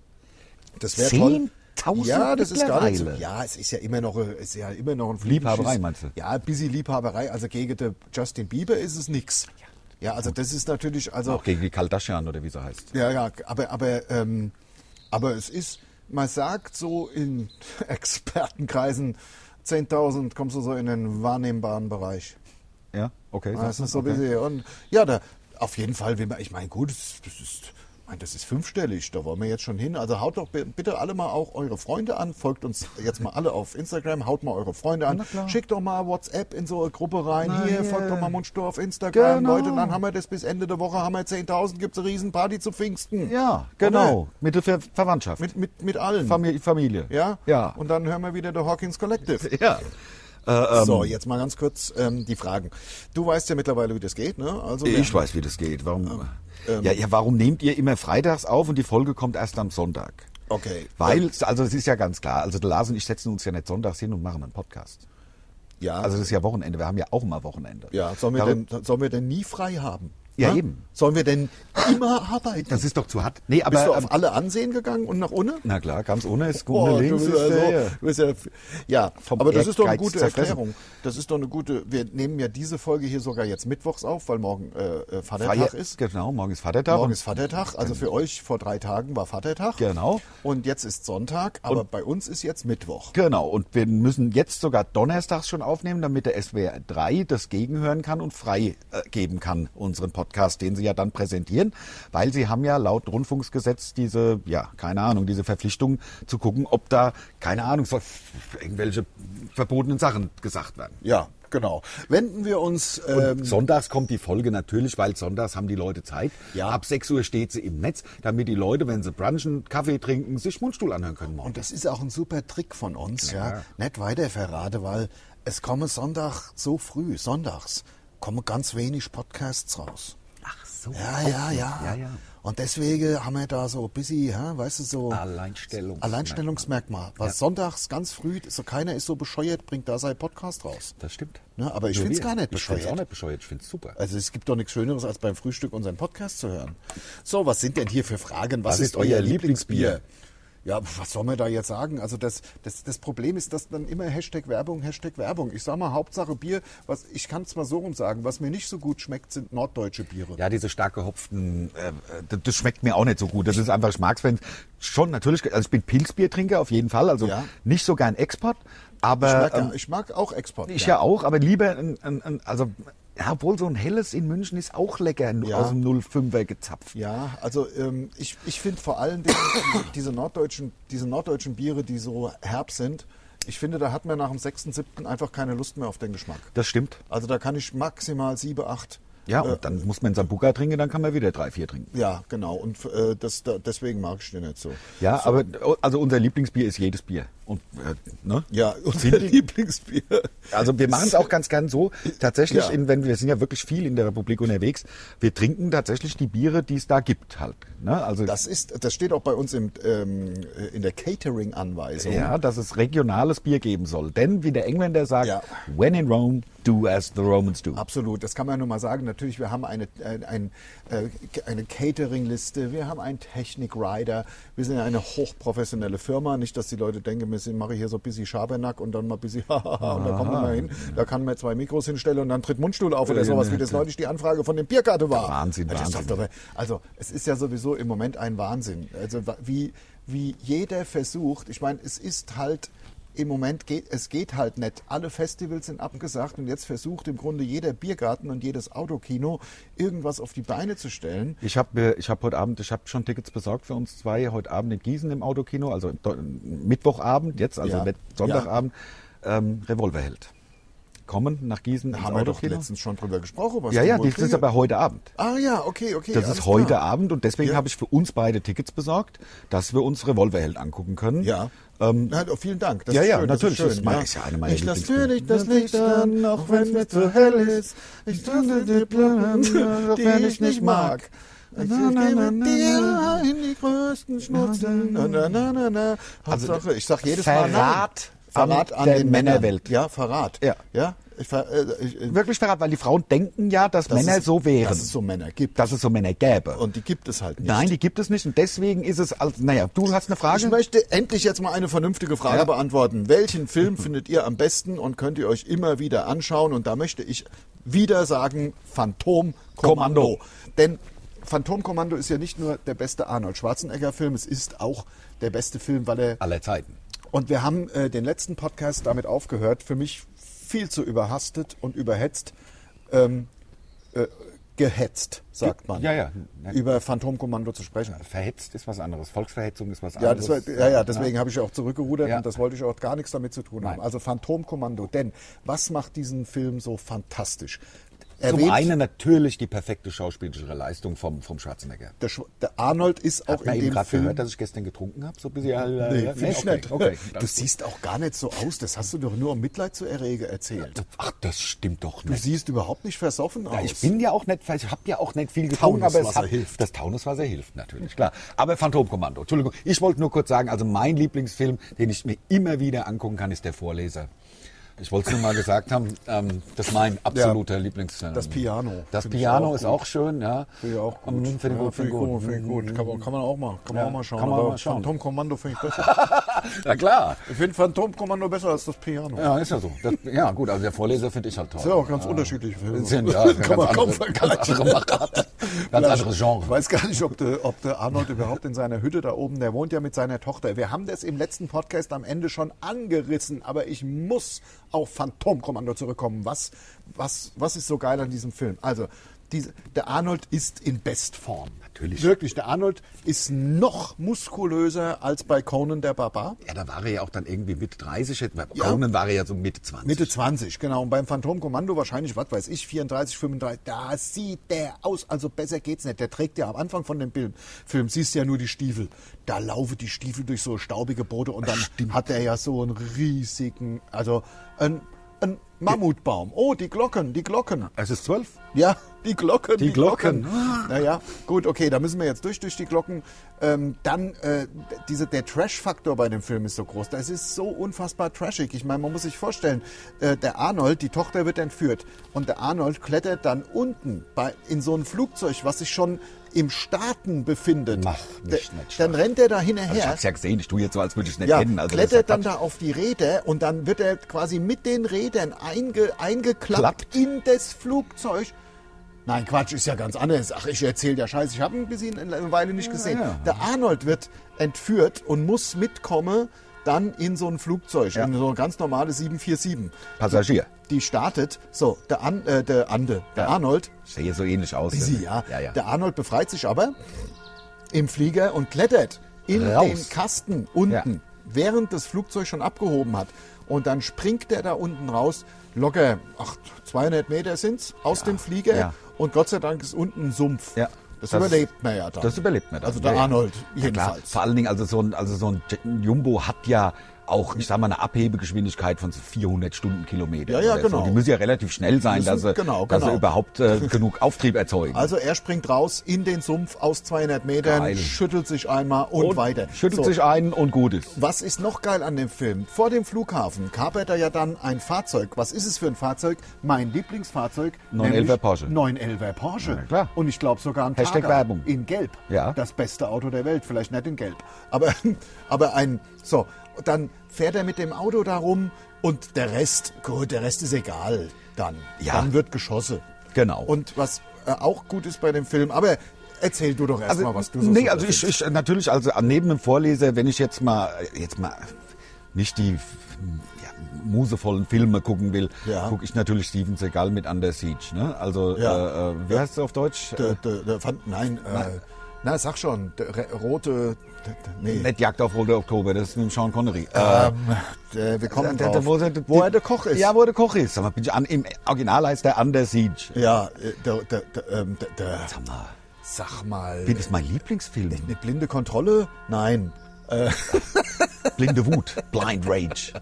[SPEAKER 1] das wäre toll.
[SPEAKER 2] 10.000
[SPEAKER 1] Ja, das ist gar nicht so,
[SPEAKER 2] mittlerweile.
[SPEAKER 1] Ja, es ist ja immer noch, äh, es ist ja immer noch ein
[SPEAKER 2] Liebhaberei,
[SPEAKER 1] Fliegenschiss.
[SPEAKER 2] meinst du?
[SPEAKER 1] Ja, busy Liebhaberei. Also gegen den Justin Bieber ist es nix. Ja, also das ist natürlich, also
[SPEAKER 2] Auch gegen die Kardashian oder wie sie heißt.
[SPEAKER 1] ja, ja, aber, aber, ähm, aber es ist, man sagt so in Expertenkreisen, 10.000 kommst du so in den wahrnehmbaren Bereich.
[SPEAKER 2] Ja, okay.
[SPEAKER 1] Ah, Das
[SPEAKER 2] sagst du?
[SPEAKER 1] ist so
[SPEAKER 2] okay.
[SPEAKER 1] busy. Und ja, da, auf jeden Fall, wenn man, ich meine, gut, das das ist, ich meine, das ist fünfstellig, da wollen wir jetzt schon hin. Also haut doch bi- bitte alle mal auch eure Freunde an, folgt uns jetzt mal alle auf Instagram, haut mal eure Freunde an, schickt doch mal WhatsApp in so eine Gruppe rein,
[SPEAKER 2] Na,
[SPEAKER 1] hier,
[SPEAKER 2] hier.
[SPEAKER 1] folgt doch mal Mundstuhl auf Instagram,
[SPEAKER 2] Genau.
[SPEAKER 1] Leute, dann haben wir das bis Ende der Woche, haben wir 10.000, gibt es eine Riesenparty zu Pfingsten.
[SPEAKER 2] Ja, genau. Mit der Ver Verwandtschaft.
[SPEAKER 1] Mit, mit, mit allen.
[SPEAKER 2] Familie. Familie.
[SPEAKER 1] Ja?
[SPEAKER 2] Ja.
[SPEAKER 1] Und dann hören wir wieder The Hawkins Collective.
[SPEAKER 2] ja. Äh,
[SPEAKER 1] so, jetzt mal ganz kurz ähm, die Fragen. Du weißt ja mittlerweile, wie das geht, ne? Also,
[SPEAKER 2] Ich
[SPEAKER 1] ja. Ähm.
[SPEAKER 2] weiß, wie das geht. Warum, äh, ja, ja, warum nehmt ihr immer freitags auf und die Folge kommt erst am Sonntag?
[SPEAKER 1] Okay.
[SPEAKER 2] Weil, also das ist ja ganz klar, also der Lars und ich setzen uns ja nicht sonntags hin und machen einen Podcast.
[SPEAKER 1] Ja.
[SPEAKER 2] Also das ist ja Wochenende, wir haben ja auch immer Wochenende.
[SPEAKER 1] Ah. ja, sollen wir,
[SPEAKER 2] Darum-
[SPEAKER 1] denn, sollen wir denn nie frei haben?
[SPEAKER 2] Ja,
[SPEAKER 1] Ne?
[SPEAKER 2] eben.
[SPEAKER 1] Sollen wir denn immer arbeiten?
[SPEAKER 2] Das ist doch zu hart. Nee,
[SPEAKER 1] Bist du
[SPEAKER 2] aber... ähm,
[SPEAKER 1] auf alle Ansehen gegangen und nach unten?
[SPEAKER 2] na klar, ganz ohne ist
[SPEAKER 1] Oh,
[SPEAKER 2] ohne links
[SPEAKER 1] du
[SPEAKER 2] ist äh,
[SPEAKER 1] bist also,
[SPEAKER 2] der,
[SPEAKER 1] du bist ja, ja
[SPEAKER 2] Vom
[SPEAKER 1] aber das ist doch eine
[SPEAKER 2] Ehrgeiz
[SPEAKER 1] gute
[SPEAKER 2] zerfressen.
[SPEAKER 1] Erklärung. Das ist doch eine gute. Wir nehmen ja diese Folge hier sogar jetzt mittwochs auf, weil morgen äh, äh, Vatertag
[SPEAKER 2] Feier-
[SPEAKER 1] ist.
[SPEAKER 2] Genau, morgen ist Vatertag.
[SPEAKER 1] Morgen
[SPEAKER 2] und-
[SPEAKER 1] ist Vatertag, also für euch vor drei Tagen war Vatertag.
[SPEAKER 2] Genau.
[SPEAKER 1] Und jetzt ist Sonntag, aber bei uns ist jetzt Mittwoch.
[SPEAKER 2] Genau, und wir müssen jetzt sogar donnerstags schon aufnehmen, damit der SWR 3 das gegenhören kann und frei äh, geben kann, unseren Podcast, den sie ja dann präsentieren, weil sie haben ja laut Rundfunksgesetz diese, ja, keine Ahnung, diese Verpflichtung zu gucken, ob da, keine Ahnung, so irgendwelche verbotenen Sachen gesagt werden.
[SPEAKER 1] Ja, genau. Wenden wir uns. äh,
[SPEAKER 2] Und sonntags kommt die Folge natürlich, weil sonntags haben die Leute Zeit.
[SPEAKER 1] Ja.
[SPEAKER 2] Ab 6 Uhr steht sie im Netz, damit die Leute, wenn sie brunchen, Kaffee trinken, sich Mundstuhl anhören können morgen.
[SPEAKER 1] und das ist auch ein super Trick von uns, ja.
[SPEAKER 2] Ja.
[SPEAKER 1] Nicht weiter verrate, weil es komme Sonntag so früh, sonntags, kommen ganz wenig Podcasts raus.
[SPEAKER 2] Ach so.
[SPEAKER 1] Ja, ja, ja.
[SPEAKER 2] Ja, ja.
[SPEAKER 1] Und deswegen haben wir da so busy, hä, weißt du, so
[SPEAKER 4] Alleinstellungsmerkmal.
[SPEAKER 1] Alleinstellungsmerkmal. Was sonntags ganz früh, so keiner ist so bescheuert, bringt da seinen Podcast raus.
[SPEAKER 4] Das stimmt.
[SPEAKER 1] Ne, aber ich
[SPEAKER 4] Nur
[SPEAKER 1] find's
[SPEAKER 4] wir.
[SPEAKER 1] gar nicht
[SPEAKER 4] Ich find's
[SPEAKER 1] bescheuert.
[SPEAKER 4] auch nicht bescheuert. Ich find's
[SPEAKER 2] Äh,
[SPEAKER 4] super.
[SPEAKER 1] Also es gibt doch nichts Schöneres, als beim Frühstück unseren Podcast zu hören. So, was sind denn hier für Fragen? Was, ist, euer Lieblingsbier? Ja, pf, was soll man da jetzt sagen? Also das, das, das Problem ist, dass dann immer Hashtag Werbung, Hashtag Werbung. Ich sag mal, Hauptsache Bier, was, ich kann es mal so rum sagen, was mir nicht so gut schmeckt, sind norddeutsche Biere.
[SPEAKER 2] Ja, diese stark gehopften, äh, das, das schmeckt mir auch nicht so gut. Das ist einfach, ich mag's, wenn schon natürlich, also ich bin Pilzbiertrinker auf jeden Fall, also
[SPEAKER 1] Ja.
[SPEAKER 2] nicht so gern Export,
[SPEAKER 1] ich,
[SPEAKER 2] aber
[SPEAKER 1] mag, ja-
[SPEAKER 2] ähm,
[SPEAKER 1] ich mag auch Export.
[SPEAKER 2] ich ja. auch, aber lieber ein, ein, ein also ja, obwohl so ein helles in München ist auch lecker nur
[SPEAKER 1] Ja.
[SPEAKER 2] aus dem 05er gezapft.
[SPEAKER 1] Ja, also ähm, ich, ich finde vor allen Dingen diese, diese, norddeutschen, diese norddeutschen Biere, die so herb sind, ich finde, da hat man nach dem 6.7. einfach keine Lust mehr auf den Geschmack.
[SPEAKER 2] Das stimmt.
[SPEAKER 1] Also da kann ich maximal 7, 8.
[SPEAKER 2] Ja,
[SPEAKER 1] äh,
[SPEAKER 2] und dann muss man Sambuca trinken, dann kann man wieder drei, vier trinken.
[SPEAKER 1] ja genau. Und äh, das, da, deswegen mag ich den nicht so.
[SPEAKER 2] Ja, aber also unser Lieblingsbier ist jedes Bier. Und äh, ne?
[SPEAKER 1] Ja, unser Lieblingsbier.
[SPEAKER 2] Also wir machen es auch ganz gern so. Tatsächlich,
[SPEAKER 1] Ja.
[SPEAKER 2] in, wenn wir sind ja wirklich viel in der Republik unterwegs, wir trinken tatsächlich die Biere, die es da gibt halt. Ne? Also
[SPEAKER 1] Das, ist, das steht auch bei uns im, ähm, in der Catering-Anweisung.
[SPEAKER 2] ja, dass es regionales Bier geben soll. Denn wie der Engländer sagt,
[SPEAKER 1] Ja.
[SPEAKER 2] when in Rome, do as the Romans do.
[SPEAKER 1] Absolut, das kann man nur mal sagen. Natürlich, wir haben eine, ein, ein, äh, eine Catering-Liste, wir haben einen Technik-Rider, wir sind ja eine hochprofessionelle Firma. Nicht, dass die Leute denken, wir sind, mache hier so ein bisschen Schabernack und dann mal ein bisschen, hahaha, und da kommen wir mal hin. Da kann man zwei Mikros hinstellen und dann tritt Mundstuhl auf oder
[SPEAKER 2] Ja,
[SPEAKER 1] sowas,
[SPEAKER 2] ja,
[SPEAKER 1] wie das
[SPEAKER 2] klar.
[SPEAKER 1] neulich die Anfrage von dem Bierkarte war.
[SPEAKER 2] Wahnsinn,
[SPEAKER 1] Ah, das
[SPEAKER 2] Wahnsinn.
[SPEAKER 1] Ist doch, dabei- also, es ist ja sowieso im Moment ein Wahnsinn. Also, wa- wie, wie jeder versucht, ich meine, es ist halt im Moment geht es geht halt nicht. Alle Festivals sind abgesagt und jetzt versucht im Grunde jeder Biergarten und jedes Autokino irgendwas auf die Beine zu stellen.
[SPEAKER 2] Ich habe ich hab heute Abend, ich habe schon Tickets besorgt für uns zwei, heute Abend in Gießen im Autokino, also im Do- Mittwochabend jetzt, also
[SPEAKER 1] Ja.
[SPEAKER 2] mit- Sonntagabend, ähm, Revolverheld. Kommen nach Gießen
[SPEAKER 1] Da
[SPEAKER 2] ins
[SPEAKER 1] haben wir doch
[SPEAKER 2] Autokino.
[SPEAKER 1] letztens schon drüber gesprochen. Was
[SPEAKER 2] ja,
[SPEAKER 1] die
[SPEAKER 2] ja,
[SPEAKER 1] wohl
[SPEAKER 2] das ist
[SPEAKER 1] kriegen.
[SPEAKER 2] aber heute Abend.
[SPEAKER 1] Ah ja, okay, okay.
[SPEAKER 2] Das
[SPEAKER 1] alles
[SPEAKER 2] ist heute
[SPEAKER 1] klar.
[SPEAKER 2] Abend und deswegen
[SPEAKER 1] Ja.
[SPEAKER 2] habe ich für uns beide Tickets besorgt, dass wir uns Revolverheld angucken können.
[SPEAKER 1] Ja.
[SPEAKER 2] Ähm,
[SPEAKER 1] Na, oh, vielen Dank. Das
[SPEAKER 2] Ja,
[SPEAKER 1] ist
[SPEAKER 2] ja,
[SPEAKER 1] schön,
[SPEAKER 2] natürlich,
[SPEAKER 1] Das
[SPEAKER 2] das
[SPEAKER 1] ist,
[SPEAKER 2] ist
[SPEAKER 1] schön,
[SPEAKER 2] mein- ist ja eine meiner
[SPEAKER 1] ich lasse
[SPEAKER 2] Lieblingsbilder.
[SPEAKER 1] nicht das Licht an, auch wenn mir zu hell ist. Ich tanze die Blumen, auch wenn ich nicht mag. Ich gehe mit dir in die größten Schnurzeln. Na, na, na, na, na. Hauptsache, ich sag jedes Mal nein.
[SPEAKER 2] Verrat an der Männerwelt.
[SPEAKER 1] Ja, Verrat.
[SPEAKER 2] Ja.
[SPEAKER 1] ja? Ich, ver- äh, ich, äh,
[SPEAKER 2] wirklich verraten, weil die Frauen denken ja, dass
[SPEAKER 1] dass
[SPEAKER 2] Männer
[SPEAKER 1] es-
[SPEAKER 2] so wären,
[SPEAKER 1] Dass es so Männer gibt.
[SPEAKER 2] dass es so Männer gäbe.
[SPEAKER 1] Und die gibt es halt nicht.
[SPEAKER 2] Nein, die gibt es nicht und deswegen ist es, als, naja, du hast eine Frage.
[SPEAKER 1] Ich möchte endlich jetzt mal eine vernünftige Frage
[SPEAKER 2] Ja.
[SPEAKER 1] beantworten. Welchen Film findet ihr am besten und könnt ihr euch immer wieder anschauen? Und da möchte ich wieder sagen, Phantom Kommando.
[SPEAKER 2] Kommando.
[SPEAKER 1] Denn Phantom Kommando ist ja nicht nur der beste Arnold Schwarzenegger Film, es ist auch der beste Film, weil er
[SPEAKER 4] Aller Zeiten.
[SPEAKER 1] und wir haben äh, den letzten Podcast damit aufgehört, für mich viel zu überhastet und überhetzt, ähm, äh, gehetzt, sagt man,
[SPEAKER 4] Ja, ja. Ja.
[SPEAKER 1] über Phantomkommando zu sprechen.
[SPEAKER 4] Verhetzt ist was anderes. Volksverhetzung ist was
[SPEAKER 1] Ja,
[SPEAKER 4] anderes.
[SPEAKER 1] das war, ja, ja, deswegen habe ich auch zurückgerudert
[SPEAKER 4] Ja.
[SPEAKER 1] und das wollte ich auch gar nichts damit zu tun haben.
[SPEAKER 4] Nein.
[SPEAKER 1] Also Phantomkommando. Denn was macht diesen Film so fantastisch?
[SPEAKER 4] Zum
[SPEAKER 1] Erwähnt-
[SPEAKER 4] einen natürlich die perfekte schauspielerische Leistung vom, vom Schwarzenegger.
[SPEAKER 1] der, Schw- der Arnold ist auch
[SPEAKER 4] Hat man
[SPEAKER 1] in
[SPEAKER 4] eben
[SPEAKER 1] dem
[SPEAKER 4] gerade
[SPEAKER 1] Film.
[SPEAKER 4] gehört, dass ich gestern getrunken habe? So ein bisschen. äh,
[SPEAKER 1] Nee,
[SPEAKER 4] äh,
[SPEAKER 1] finde ich
[SPEAKER 4] okay,
[SPEAKER 1] nicht.
[SPEAKER 4] Okay.
[SPEAKER 1] Du siehst auch gar nicht so aus. Das hast du doch nur um Mitleid zu erregen erzählt.
[SPEAKER 4] Ach, das stimmt doch
[SPEAKER 1] Du
[SPEAKER 4] nicht.
[SPEAKER 1] siehst überhaupt nicht versoffen aus.
[SPEAKER 4] Ja, ich bin ja auch nicht, ich habe ja auch nicht viel getrunken, aber es
[SPEAKER 1] Taunuswasser
[SPEAKER 4] hat,
[SPEAKER 1] hilft.
[SPEAKER 4] das Taunuswasser hilft natürlich, klar. Aber Phantomkommando, Entschuldigung, ich wollte nur kurz sagen, also mein Lieblingsfilm, den ich mir immer wieder angucken kann, ist der Vorleser. Ich wollte es nur mal gesagt haben, ähm, das ist mein absoluter Lieblingsfilm.
[SPEAKER 1] das Piano.
[SPEAKER 4] Das
[SPEAKER 1] Find ich
[SPEAKER 4] Piano
[SPEAKER 1] auch
[SPEAKER 4] ist
[SPEAKER 1] gut.
[SPEAKER 4] auch schön, ja.
[SPEAKER 1] Finde ich auch gut.
[SPEAKER 4] Mhm, Finde ich
[SPEAKER 1] Ja,
[SPEAKER 4] gut,
[SPEAKER 1] finde
[SPEAKER 4] finde
[SPEAKER 1] ich
[SPEAKER 4] ich gut.
[SPEAKER 1] finde ich gut. Kann, man- kann man auch mal, kann
[SPEAKER 4] Ja,
[SPEAKER 1] man auch mal schauen.
[SPEAKER 4] kann man
[SPEAKER 1] Aber
[SPEAKER 4] auch mal schauen.
[SPEAKER 1] Phantom Kommando finde ich besser.
[SPEAKER 4] Na klar.
[SPEAKER 1] ich finde Phantom Kommando besser als das Piano.
[SPEAKER 4] Ja, ist ja so. Das, ja, gut, also der Vorleser finde ich halt toll.
[SPEAKER 1] Das sind auch ganz unterschiedliche Filme.
[SPEAKER 4] Sind, ja, sind
[SPEAKER 1] kann man
[SPEAKER 4] ganz
[SPEAKER 1] kaum
[SPEAKER 4] andere-
[SPEAKER 1] vergleichen.
[SPEAKER 4] ganz andere Machart. Ganz anderes Genre.
[SPEAKER 1] Ich weiß gar nicht, ob der, ob der Arnold überhaupt in seiner Hütte da oben, der wohnt ja mit seiner Tochter. Wir haben das im letzten Podcast am Ende schon angerissen, aber ich muss auf Phantomkommando zurückkommen. Was, was, was ist so geil an diesem Film? Also, diese, der Arnold ist in Bestform. Natürlich. Wirklich, der Arnold ist noch muskulöser als bei Conan der Barbar.
[SPEAKER 4] Ja, da war er ja auch dann irgendwie Mitte 30, hätten wir-
[SPEAKER 1] Ja.
[SPEAKER 4] Conan war er ja so Mitte 20.
[SPEAKER 1] Mitte 20, genau. Und beim Phantomkommando wahrscheinlich, was weiß ich, 34, 35. Da sieht der aus. Also besser geht's nicht. Der trägt ja am Anfang von dem Film, Film siehst du ja nur die Stiefel. Da laufen die Stiefel durch so staubige Boote und dann hat er ja so einen riesigen, also ein, ein Mammutbaum. Oh, die Glocken, die Glocken.
[SPEAKER 5] Es ist zwölf.
[SPEAKER 1] Ja, die Glocken.
[SPEAKER 5] Die Glocken.
[SPEAKER 1] Naja, gut, okay, da müssen wir jetzt durch, durch die Glocken. Ähm, dann, äh, diese, der Trash-Faktor bei dem Film ist so groß. Das ist so unfassbar trashig. Ich meine, man muss sich vorstellen, äh, der Arnold, die Tochter wird entführt. Und der Arnold klettert dann unten bei, in so ein Flugzeug, was sich schon im Starten befindet.
[SPEAKER 5] Mach mich
[SPEAKER 1] Da-
[SPEAKER 5] nicht schwach.
[SPEAKER 1] Dann rennt er da
[SPEAKER 2] Ich
[SPEAKER 1] hinterher.
[SPEAKER 2] hab's ja gesehen, ich tue jetzt so, als würde ich es nicht
[SPEAKER 1] Ja,
[SPEAKER 2] kennen. Also das
[SPEAKER 1] klettert
[SPEAKER 2] hat-
[SPEAKER 1] dann da auf die Räder und dann wird er quasi mit den Rädern einge, eingeklappt
[SPEAKER 2] Klappt.
[SPEAKER 1] in das Flugzeug. Nein, Quatsch, ist ja ganz anders. Ach, ich erzähle ja Scheiße. Ich habe ihn bisschen eine Weile nicht gesehen. Der Arnold wird entführt und muss mitkommen dann in so ein Flugzeug, in so eine ganz normale 747.
[SPEAKER 2] Passagier.
[SPEAKER 1] Die startet, so, der, An, äh, der Ande, der Arnold,
[SPEAKER 2] Ich sehe so ähnlich aus. äh,
[SPEAKER 1] Sie, ja.
[SPEAKER 2] ja, ja.
[SPEAKER 1] Der Arnold befreit sich aber im Flieger und klettert in
[SPEAKER 2] Raus.
[SPEAKER 1] den Kasten unten, während das Flugzeug schon abgehoben hat. Und dann springt er da unten raus, locker, ach, 200 Meter sind's, aus dem Flieger.
[SPEAKER 2] ja.
[SPEAKER 1] Und Gott sei Dank ist unten ein Sumpf.
[SPEAKER 2] Ja.
[SPEAKER 1] Das,
[SPEAKER 2] Das-
[SPEAKER 1] überlebt man ja dann.
[SPEAKER 2] das überlebt man dann,
[SPEAKER 1] Also der
[SPEAKER 2] ja, ja.
[SPEAKER 1] Arnold
[SPEAKER 2] Ja, klar.
[SPEAKER 1] jedenfalls.
[SPEAKER 2] Vor allen Dingen, also so ein, also so ein Jet- ein Jumbo hat ja auch, ich sag mal, eine Abhebegeschwindigkeit von so 400 Stundenkilometer.
[SPEAKER 1] Ja, ja,
[SPEAKER 2] oder
[SPEAKER 1] genau.
[SPEAKER 2] So. Die müssen ja relativ schnell sein,
[SPEAKER 1] Müssen-
[SPEAKER 2] dass sie,
[SPEAKER 1] genau,
[SPEAKER 2] dass sie
[SPEAKER 1] genau.
[SPEAKER 2] überhaupt äh, genug Auftrieb erzeugen.
[SPEAKER 1] also er springt raus in den Sumpf aus 200 Metern,
[SPEAKER 2] Geil.
[SPEAKER 1] schüttelt sich einmal und, weiter.
[SPEAKER 2] Schüttelt
[SPEAKER 1] So.
[SPEAKER 2] sich ein und gut ist.
[SPEAKER 1] Was ist noch geil an dem Film? Vor dem Flughafen kapert er ja dann ein Fahrzeug. Was ist es für ein Fahrzeug? Mein Lieblingsfahrzeug.
[SPEAKER 2] 911
[SPEAKER 1] nämlich
[SPEAKER 2] Porsche.
[SPEAKER 1] 911 Porsche.
[SPEAKER 2] Na klar.
[SPEAKER 1] Und ich glaube sogar ein
[SPEAKER 2] Hashtag
[SPEAKER 1] Targa
[SPEAKER 2] Werbung.
[SPEAKER 1] In Gelb.
[SPEAKER 2] Ja.
[SPEAKER 1] Das beste Auto der Welt. Vielleicht nicht in Gelb. Aber, aber ein... So, dann fährt er mit dem Auto da rum und der Rest, gut, der Rest ist egal dann.
[SPEAKER 2] Ja.
[SPEAKER 1] Dann wird geschossen.
[SPEAKER 2] Genau.
[SPEAKER 1] Und was äh, auch gut ist bei dem Film, aber erzähl du doch erstmal, was du so
[SPEAKER 2] Nee,
[SPEAKER 1] super
[SPEAKER 2] also ich,
[SPEAKER 1] findest.
[SPEAKER 2] ich natürlich, also neben dem Vorleser, wenn ich jetzt mal, äh, jetzt mal nicht die ja, musevollen Filme gucken will,
[SPEAKER 1] Ja.
[SPEAKER 2] gucke ich natürlich Steven Seagal mit Under Siege. Ne? Also,
[SPEAKER 1] Ja.
[SPEAKER 2] äh, äh, wie heißt es auf Deutsch?
[SPEAKER 1] Der, der, der äh, fand, nein, äh, na sag schon, der, re- rote, der, der, nee,
[SPEAKER 2] Äh, Nicht Jagd auf Rote Oktober, das ist mit dem Sean Connery. Äh,
[SPEAKER 1] ähm, der, wir kommen drauf,
[SPEAKER 2] wo, er,
[SPEAKER 1] wo er der Koch ist.
[SPEAKER 2] Ja, wo er der Koch ist. Sag mal, bin ich an, Im Original heißt der Under Siege.
[SPEAKER 1] ja äh, der, der, der, ähm, der, der,
[SPEAKER 2] Sag mal,
[SPEAKER 1] sag mal,
[SPEAKER 2] bin das mein Lieblingsfilm?
[SPEAKER 1] eine blinde Kontrolle? Nein.
[SPEAKER 2] Blinde Wut, Blind Rage.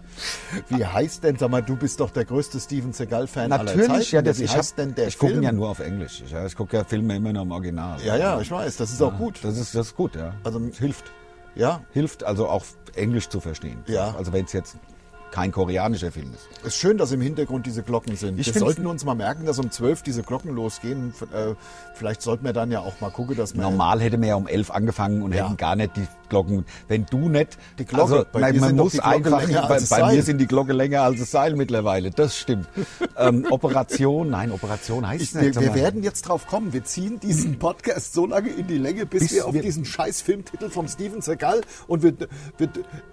[SPEAKER 1] Wie heißt denn, sag mal, du bist doch der größte Steven Seagal-Fan aller Zeiten.
[SPEAKER 2] Ah. Natürlich, ja, das,
[SPEAKER 1] Wie
[SPEAKER 2] ich,
[SPEAKER 1] heißt
[SPEAKER 2] hab-
[SPEAKER 1] denn der
[SPEAKER 2] ich gucke
[SPEAKER 1] Film?
[SPEAKER 2] ihn ja nur auf Englisch. Ich, ich gucke ja Filme immer nur im Original.
[SPEAKER 1] ja, ja, ich weiß, das ist auch gut.
[SPEAKER 2] Das ist, das ist gut, ja.
[SPEAKER 1] Also-
[SPEAKER 2] Es hilft.
[SPEAKER 1] ja,
[SPEAKER 2] Hilft also auch Englisch zu verstehen.
[SPEAKER 1] Ja.
[SPEAKER 2] Also wenn es jetzt kein koreanischer Film ist.
[SPEAKER 1] Es ist schön, dass im Hintergrund diese Glocken sind.
[SPEAKER 2] Ich
[SPEAKER 1] wir
[SPEAKER 2] find's-
[SPEAKER 1] sollten uns mal merken, dass um 12 diese Glocken losgehen. F- Äh, vielleicht sollten wir dann ja auch mal gucken, dass wir...
[SPEAKER 2] Normal hätte man ja um elf angefangen und
[SPEAKER 1] Ja.
[SPEAKER 2] hätten gar nicht die Glocken. Wenn du nicht,
[SPEAKER 1] Die Glocke, bei
[SPEAKER 2] man,
[SPEAKER 1] dir
[SPEAKER 2] man
[SPEAKER 1] sind doch
[SPEAKER 2] muss
[SPEAKER 1] die Glocke
[SPEAKER 2] einfach,
[SPEAKER 1] länger
[SPEAKER 2] bei,
[SPEAKER 1] als das
[SPEAKER 2] bei
[SPEAKER 1] Seil.
[SPEAKER 2] mir sind die Glocke länger als das Seil mittlerweile. Das stimmt. ähm, Operation, nein, Operation heißt
[SPEAKER 1] Ich,
[SPEAKER 2] nicht.
[SPEAKER 1] wir,
[SPEAKER 2] sag
[SPEAKER 1] wir
[SPEAKER 2] mal.
[SPEAKER 1] werden jetzt drauf kommen. Wir ziehen diesen Podcast so lange in die Länge, bis,
[SPEAKER 2] Bis
[SPEAKER 1] wir auf
[SPEAKER 2] wir-
[SPEAKER 1] diesen scheiß Filmtitel vom Steven Seagal und wir, wir,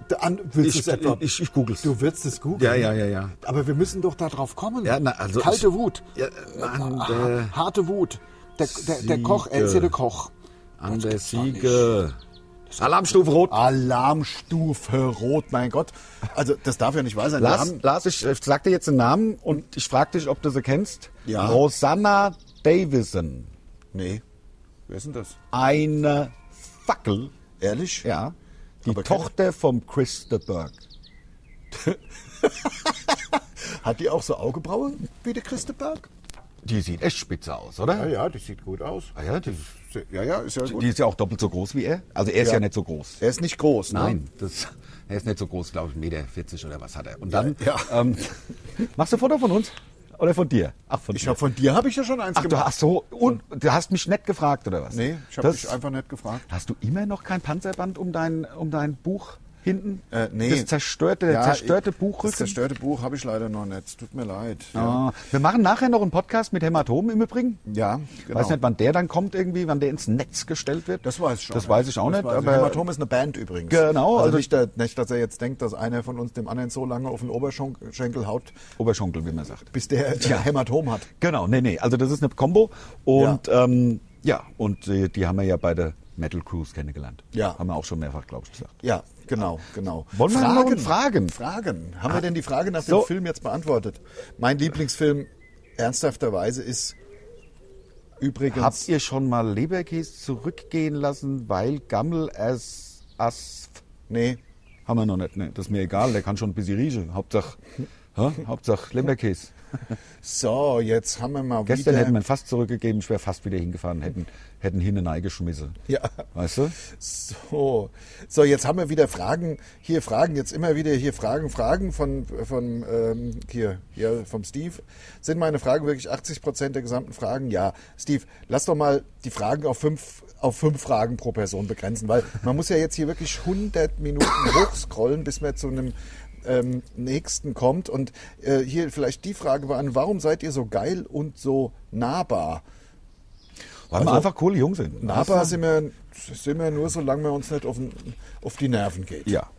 [SPEAKER 1] wir an, willst
[SPEAKER 5] Ich-
[SPEAKER 1] du's etwa-
[SPEAKER 5] ich- ich googel's.
[SPEAKER 1] Du wirst es googeln.
[SPEAKER 5] Ja, ja, ja, ja.
[SPEAKER 1] Aber wir müssen doch da drauf kommen.
[SPEAKER 5] Ja, na, also
[SPEAKER 1] Kalte
[SPEAKER 5] ich-
[SPEAKER 1] Wut. Ah,
[SPEAKER 5] Ja, an
[SPEAKER 1] Ha-
[SPEAKER 5] der-
[SPEAKER 1] Harte Wut. Der, der, der Koch,
[SPEAKER 5] Siege.
[SPEAKER 1] Elsie der Koch.
[SPEAKER 5] An der Siege. Alarmstufe Rot.
[SPEAKER 1] Alarmstufe Rot, mein Gott. Also das darf ja nicht wahr sein. Wir
[SPEAKER 2] Lars,
[SPEAKER 1] haben-
[SPEAKER 2] Lars, ich, ich sag dir jetzt den Namen und ich frage dich, ob du sie kennst.
[SPEAKER 1] Ja.
[SPEAKER 2] Rosanna Davison.
[SPEAKER 1] nee. Wer ist denn das?
[SPEAKER 2] Eine Fackel.
[SPEAKER 1] Ehrlich?
[SPEAKER 2] Ja. Die
[SPEAKER 1] Aber keine-
[SPEAKER 2] Tochter vom Chris de Burgh.
[SPEAKER 1] Hat die auch so Augebraue wie der Christeberg?
[SPEAKER 2] Die sieht echt spitze aus,
[SPEAKER 1] Ja,
[SPEAKER 2] oder?
[SPEAKER 1] ja, die sieht gut aus.
[SPEAKER 2] Ah ja, die,
[SPEAKER 1] Ja, ja, ist ja gut.
[SPEAKER 2] die ist ja auch doppelt so groß wie er. Also er ist
[SPEAKER 1] Ja.
[SPEAKER 2] ja, nicht so groß.
[SPEAKER 1] Er ist nicht groß, ne?
[SPEAKER 5] Nein, das, er ist nicht so groß, glaube ich, 1,40 Meter oder was hat er. Und dann,
[SPEAKER 1] Ja,
[SPEAKER 2] Ähm, machst du ein Foto von uns? Oder von dir? Ach, von
[SPEAKER 1] Ich
[SPEAKER 2] dir.
[SPEAKER 1] hab, von dir habe ich ja schon eins
[SPEAKER 2] Ach, du
[SPEAKER 1] gemacht.
[SPEAKER 2] hast so. Und du hast mich nett gefragt, oder was?
[SPEAKER 1] nee, ich habe
[SPEAKER 2] Das-
[SPEAKER 1] dich einfach nicht gefragt.
[SPEAKER 2] Hast du immer noch kein Panzerband um dein, um dein Buch hinten?
[SPEAKER 1] Äh, nee.
[SPEAKER 2] Das zerstörte, der
[SPEAKER 1] Ja,
[SPEAKER 2] zerstörte
[SPEAKER 1] ich-
[SPEAKER 2] Buchrücken?
[SPEAKER 1] Das zerstörte Buch habe ich leider noch nicht. Tut mir leid.
[SPEAKER 2] Ah, wir machen nachher noch einen Podcast mit Hämatomen im Übrigen.
[SPEAKER 1] Ja, genau.
[SPEAKER 2] Weiß nicht, wann der dann kommt irgendwie, wann der ins Netz gestellt wird.
[SPEAKER 1] Das weiß ich schon.
[SPEAKER 2] Das weiß ich auch
[SPEAKER 1] Das
[SPEAKER 2] nicht.
[SPEAKER 1] weiß ich.
[SPEAKER 2] aber
[SPEAKER 1] Hämatom ist eine Band übrigens.
[SPEAKER 2] Genau,
[SPEAKER 1] Also,
[SPEAKER 2] also-
[SPEAKER 1] nicht, dass- nicht, dass er jetzt denkt, dass einer von uns dem anderen so lange auf den Oberschenkel haut,
[SPEAKER 2] Oberschenkel, wie man sagt.
[SPEAKER 1] bis der ja. Hämatom hat.
[SPEAKER 2] Genau, nee, nee. Also das ist eine Combo. Und ja, ähm, ja und äh, die haben wir ja bei der Metal Cruise kennengelernt.
[SPEAKER 1] Ja.
[SPEAKER 2] Haben wir auch schon mehrfach, glaube ich, gesagt.
[SPEAKER 1] Ja, genau, genau.
[SPEAKER 2] Wollen wir noch in Fragen? Ah.
[SPEAKER 1] Fragen. Haben wir denn die Frage nach
[SPEAKER 2] so.
[SPEAKER 1] dem Film jetzt beantwortet? Mein Lieblingsfilm ernsthafterweise ist übrigens.
[SPEAKER 2] Habt ihr schon mal Leberkäse zurückgehen lassen, weil Gammel as, as
[SPEAKER 1] nee,
[SPEAKER 2] haben wir noch nicht. Nee, das ist mir egal, der kann schon ein bisschen riechen. Hauptsache Hä? Hauptsache Leberkäse.
[SPEAKER 1] So, jetzt haben wir mal
[SPEAKER 2] Gestern
[SPEAKER 1] wieder.
[SPEAKER 2] hätten wir ihn fast zurückgegeben, ich wäre fast wieder hingefahren, hätten, hätten hinten geschmissen.
[SPEAKER 1] Ja.
[SPEAKER 2] Weißt du?
[SPEAKER 1] So. so, jetzt haben wir wieder Fragen. Hier Fragen, jetzt immer wieder hier Fragen, Fragen von, von ähm, hier, ja, vom Steve. Sind meine Fragen wirklich 80 Prozent der gesamten Fragen? Ja. Steve, lass doch mal die Fragen auf fünf, auf fünf Fragen pro Person begrenzen, weil man muss ja jetzt hier wirklich 100 Minuten hochscrollen, bis man zu einem ähm, nächsten kommt. Und äh, hier vielleicht die Frage war an, warum seid ihr so geil und so nahbar?
[SPEAKER 2] Weil wir einfach coole Jungs sind. ne?
[SPEAKER 1] Nahbar sind wir, sind wir nur, solange wir uns nicht auf, den- auf die Nerven geht.
[SPEAKER 2] Ja.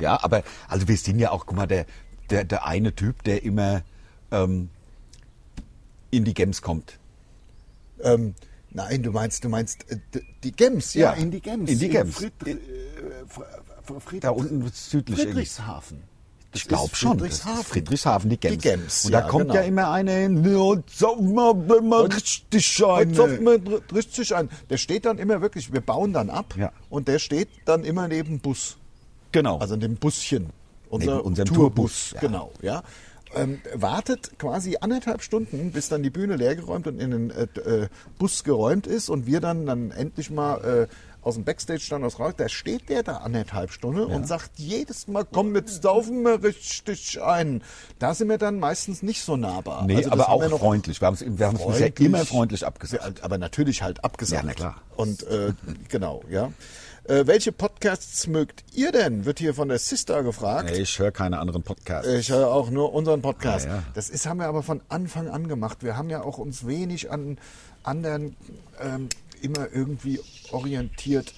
[SPEAKER 6] Ja, aber also wir sind ja auch, guck mal, der, der, der eine Typ, der immer ähm, in die Gems kommt.
[SPEAKER 1] Ähm, nein, du meinst, du meinst äh, d- die Gems, ja,
[SPEAKER 2] Ja,
[SPEAKER 1] in die Gems.
[SPEAKER 2] in die Gems.
[SPEAKER 1] Fried, äh, Fr- Fried,
[SPEAKER 2] Da unten südlich
[SPEAKER 1] Friedrichshafen.
[SPEAKER 2] Ich glaube schon. das ist
[SPEAKER 1] Friedrichshafen.
[SPEAKER 2] Friedrichshafen, die Gems.
[SPEAKER 1] Die Gems,
[SPEAKER 2] Und da
[SPEAKER 1] ja,
[SPEAKER 2] kommt
[SPEAKER 1] genau.
[SPEAKER 2] ja immer einer hin. "Ja, zopf mal, wenn man richtig äh,
[SPEAKER 1] Heute
[SPEAKER 2] Scheine.
[SPEAKER 1] zopfen wir dr- richtig ein. Der steht dann immer wirklich, wir bauen dann ab
[SPEAKER 2] Ja.
[SPEAKER 1] und der steht dann immer neben Bus.
[SPEAKER 2] Genau.
[SPEAKER 1] Also in dem Buschen.
[SPEAKER 2] Neben
[SPEAKER 1] Unser
[SPEAKER 2] unserem
[SPEAKER 1] Tourbus,
[SPEAKER 2] Tourbus, ja.
[SPEAKER 1] genau, ja. Ähm, wartet quasi anderthalb Stunden, bis dann die Bühne leergeräumt und in den äh, d- äh, Bus geräumt ist und wir dann dann endlich mal äh, aus dem Backstage dann aus raus. Da steht der da anderthalb Stunden und sagt jedes Mal, komm, jetzt saufen wir richtig ein. Da sind wir dann meistens nicht so nahbar.
[SPEAKER 2] nee,
[SPEAKER 1] Also das
[SPEAKER 2] aber
[SPEAKER 1] haben
[SPEAKER 2] auch
[SPEAKER 1] wir noch-
[SPEAKER 2] freundlich. Wir haben es wir haben's bisher
[SPEAKER 1] Freundlich.
[SPEAKER 2] immer freundlich abgesagt.
[SPEAKER 1] ja, aber natürlich halt abgesagt.
[SPEAKER 2] Ja, na klar.
[SPEAKER 1] Und äh, genau, ja. Äh, welche Podcasts mögt ihr denn? Wird hier von der Sister gefragt.
[SPEAKER 2] Nee, ich höre keine anderen Podcasts.
[SPEAKER 1] Ich höre auch nur unseren Podcast.
[SPEAKER 2] Ah, ja.
[SPEAKER 1] Das ist, haben wir aber von Anfang an gemacht. Wir haben ja auch uns wenig an anderen ähm, immer irgendwie orientiert.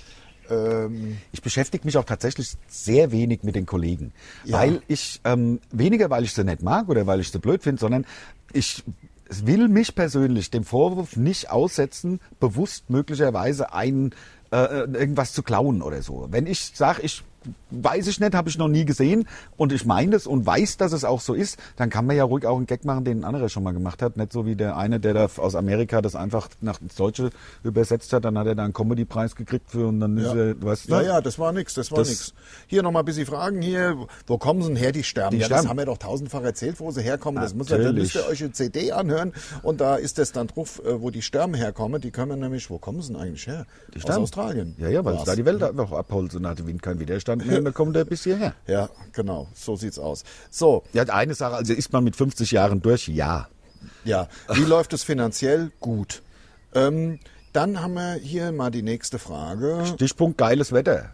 [SPEAKER 1] Ähm,
[SPEAKER 2] Ich beschäftige mich auch tatsächlich sehr wenig mit den Kollegen. Weil ich, ähm, weniger weil ich sie nicht mag oder weil ich sie blöd finde, sondern ich will mich persönlich dem Vorwurf nicht aussetzen, bewusst möglicherweise ein, äh, irgendwas zu klauen oder so. Wenn ich sage, ich weiß ich nicht, habe ich noch nie gesehen und ich meine es und weiß, dass es auch so ist, dann kann man ja ruhig auch einen Gag machen, den ein anderer schon mal gemacht hat. Nicht so wie der eine, der da aus Amerika das einfach nach ins Deutsche übersetzt hat, dann hat er da einen Comedy-Preis gekriegt für und dann ist er, weißt du?
[SPEAKER 1] ja, ja, das war nix, das war
[SPEAKER 2] Das-
[SPEAKER 1] nix. Hier nochmal ein bisschen Fragen hier. Wo kommen sie denn her, die sterben?
[SPEAKER 2] Die
[SPEAKER 1] ja, das
[SPEAKER 2] sterben.
[SPEAKER 1] haben wir doch tausendfach erzählt, wo sie herkommen. Das muss, dann müsst
[SPEAKER 2] Natürlich.
[SPEAKER 1] ihr euch eine CD anhören und da ist das dann drauf, äh, wo die Sterben herkommen. Die können wir nämlich, wo kommen sie denn eigentlich her? Die Aus
[SPEAKER 2] Stamm.
[SPEAKER 1] Australien.
[SPEAKER 2] Ja, ja, weil es
[SPEAKER 1] War's.
[SPEAKER 2] da die Welt einfach abholzt und hat der Wind keinen Widerstand mehr, und dann kommt er bis hierher.
[SPEAKER 1] Ja, genau, so sieht's aus. So,
[SPEAKER 2] Ja, eine Sache, also ist man mit 50 Jahren durch? Ja.
[SPEAKER 1] Ja, wie läuft es finanziell? Gut. Ähm, dann haben wir hier mal die nächste Frage.
[SPEAKER 2] Stichpunkt geiles Wetter.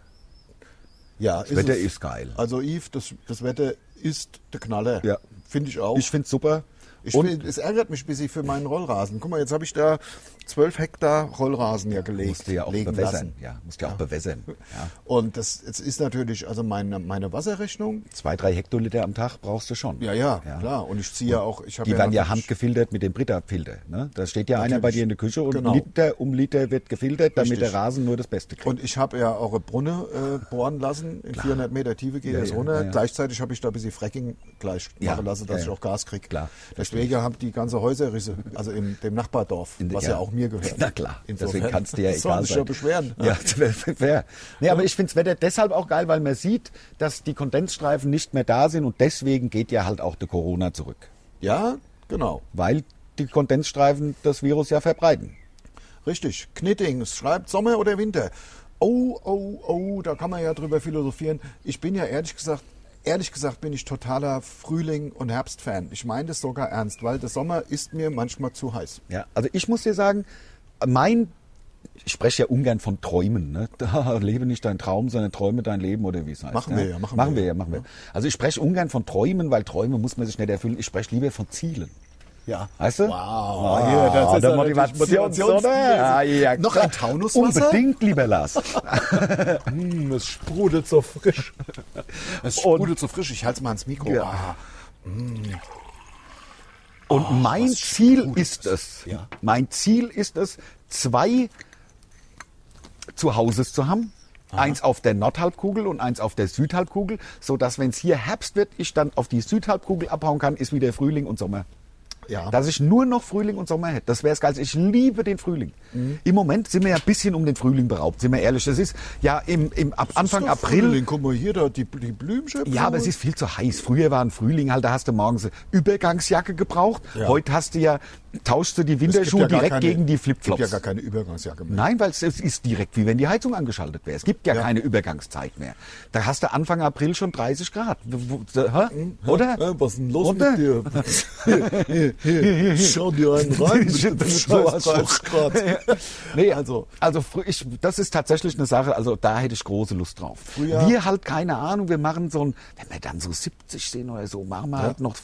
[SPEAKER 1] Ja,
[SPEAKER 2] Das Wetter ist geil.
[SPEAKER 1] Also Yves, das, das Wetter ist der Knaller.
[SPEAKER 2] Ja.
[SPEAKER 1] Finde ich auch.
[SPEAKER 2] Ich find's super.
[SPEAKER 1] Ich
[SPEAKER 2] und
[SPEAKER 1] find- es ärgert mich ein bisschen für meinen Rollrasen. Guck mal, jetzt habe ich da 12 Hektar Rollrasen ja gelegt.
[SPEAKER 2] musst du ja auch
[SPEAKER 1] legen
[SPEAKER 2] bewässern.
[SPEAKER 1] lassen.
[SPEAKER 2] Ja, musst du ja auch bewässern. Ja.
[SPEAKER 1] Und das, es ist natürlich, also meine, meine Wasserrechnung,
[SPEAKER 2] Zwei, drei Hektoliter am Tag brauchst du schon.
[SPEAKER 1] ja, ja, klar. Und ich ziehe ja auch, ich habe
[SPEAKER 2] Die werden ja
[SPEAKER 1] natürlich-
[SPEAKER 2] handgefiltert mit dem Brita-Filter. Ne? Da steht ja einer bei dir in der Küche und
[SPEAKER 1] Genau.
[SPEAKER 2] Liter um Liter wird gefiltert, damit
[SPEAKER 1] Richtig.
[SPEAKER 2] der Rasen nur das Beste kriegt.
[SPEAKER 1] Und ich habe ja auch eine Brunne äh, bohren lassen. In 400 Meter Tiefe geht das
[SPEAKER 2] ja,
[SPEAKER 1] runter.
[SPEAKER 2] ja, ja.
[SPEAKER 1] Gleichzeitig habe ich da ein bisschen Fracking gleich
[SPEAKER 2] Ja,
[SPEAKER 1] machen lassen, dass
[SPEAKER 2] ja,
[SPEAKER 1] ich
[SPEAKER 2] ja.
[SPEAKER 1] auch Gas kriege.
[SPEAKER 2] Klar,
[SPEAKER 1] Deswegen haben die ganze Häuserrisse, also in dem Nachbardorf,
[SPEAKER 2] In-
[SPEAKER 1] was ja.
[SPEAKER 2] ja.
[SPEAKER 1] auch mir gehört.
[SPEAKER 2] Na klar,
[SPEAKER 1] Insofern
[SPEAKER 2] deswegen kannst du ja
[SPEAKER 1] soll
[SPEAKER 2] egal
[SPEAKER 1] sich
[SPEAKER 2] sein.
[SPEAKER 1] ja beschweren.
[SPEAKER 2] Ja, fair. Nee, aber ich finde das Wetter deshalb auch geil, weil man sieht, dass die Kondensstreifen nicht mehr da sind und deswegen geht ja halt auch der Corona zurück.
[SPEAKER 1] Ja, genau.
[SPEAKER 2] Weil die Kondensstreifen das Virus ja verbreiten.
[SPEAKER 1] Richtig. Knittings schreibt Sommer oder Winter. Oh, oh, oh, da kann man ja drüber philosophieren. Ich bin ja ehrlich gesagt, ehrlich gesagt bin ich totaler Frühling- und Herbstfan. Ich meine das sogar ernst, weil der Sommer ist mir manchmal zu heiß.
[SPEAKER 2] Ja, also ich muss dir sagen, mein ich spreche ja ungern von Träumen, ne? Da, lebe nicht deinen Traum, sondern träume dein Leben oder wie es heißt.
[SPEAKER 1] Machen
[SPEAKER 2] ne?
[SPEAKER 1] wir ja, machen wir
[SPEAKER 2] wir
[SPEAKER 1] ja.
[SPEAKER 2] ja, machen wir. Also ich spreche ungern von Träumen, weil Träume muss man sich nicht erfüllen. Ich spreche lieber von Zielen.
[SPEAKER 1] Ja.
[SPEAKER 2] Weißt du?
[SPEAKER 1] Wow.
[SPEAKER 2] Ah,
[SPEAKER 1] Hier, das ist
[SPEAKER 2] der
[SPEAKER 1] ja natürlich
[SPEAKER 2] Motivations-
[SPEAKER 1] Motivations-
[SPEAKER 2] oder? Ah, ja,
[SPEAKER 1] Noch
[SPEAKER 2] klar.
[SPEAKER 1] ein Taunuswasser?
[SPEAKER 2] Unbedingt, lieber Lars.
[SPEAKER 1] Mm, es sprudelt so frisch. Es sprudelt so frisch. Ich halte es mal ans Mikro.
[SPEAKER 2] Ja.
[SPEAKER 1] Ah,
[SPEAKER 2] Und mein Ziel
[SPEAKER 1] Gutes.
[SPEAKER 2] ist es,
[SPEAKER 1] Ja.
[SPEAKER 2] mein Ziel ist es, zwei Zuhauses zu haben. Eins auf der Nordhalbkugel und eins auf der Südhalbkugel, so dass wenn es hier Herbst wird, ich dann auf die Südhalbkugel abhauen kann, ist wieder Frühling und Sommer. Ja. Dass ich nur noch Frühling und Sommer hätte. Das wäre es geil. Ich liebe den Frühling. Mhm. Im Moment sind wir ja ein bisschen um den Frühling beraubt, sind wir ehrlich. Das ist ja im, im ab Anfang April.
[SPEAKER 1] Frühling, guck mal hier, da die, die Blümchen.
[SPEAKER 2] Ja, aber es ist viel zu heiß. Früher war ein Frühling halt, da hast du morgens eine Übergangsjacke gebraucht.
[SPEAKER 1] Ja.
[SPEAKER 2] Heute hast du ja, tauschst du die Winterschuhe
[SPEAKER 1] ja gar
[SPEAKER 2] direkt
[SPEAKER 1] keine-
[SPEAKER 2] gegen die
[SPEAKER 1] Es gibt
[SPEAKER 2] Flipflops.
[SPEAKER 1] ja gar keine Übergangsjacke mehr.
[SPEAKER 2] Nein, weil es es ist direkt wie wenn die Heizung angeschaltet wäre. Es gibt ja, keine Übergangszeit mehr. Da hast du Anfang April schon 30 Grad. Wo- wo- Hä? Oder?
[SPEAKER 1] Äh, was ist denn los
[SPEAKER 2] Oder?
[SPEAKER 1] mit dir? Hier, hier, hier. Schau dir einen rein mit dem
[SPEAKER 2] Das ist
[SPEAKER 1] scheiß
[SPEAKER 2] sowas von-
[SPEAKER 1] 30 Grad.
[SPEAKER 2] Nee, also, also frü- ich, das ist tatsächlich eine Sache, also da hätte ich große Lust drauf.
[SPEAKER 1] Frühjahr-
[SPEAKER 2] Wir halt keine Ahnung, wir machen so ein, wenn wir dann so 70 sind oder so, machen wir halt noch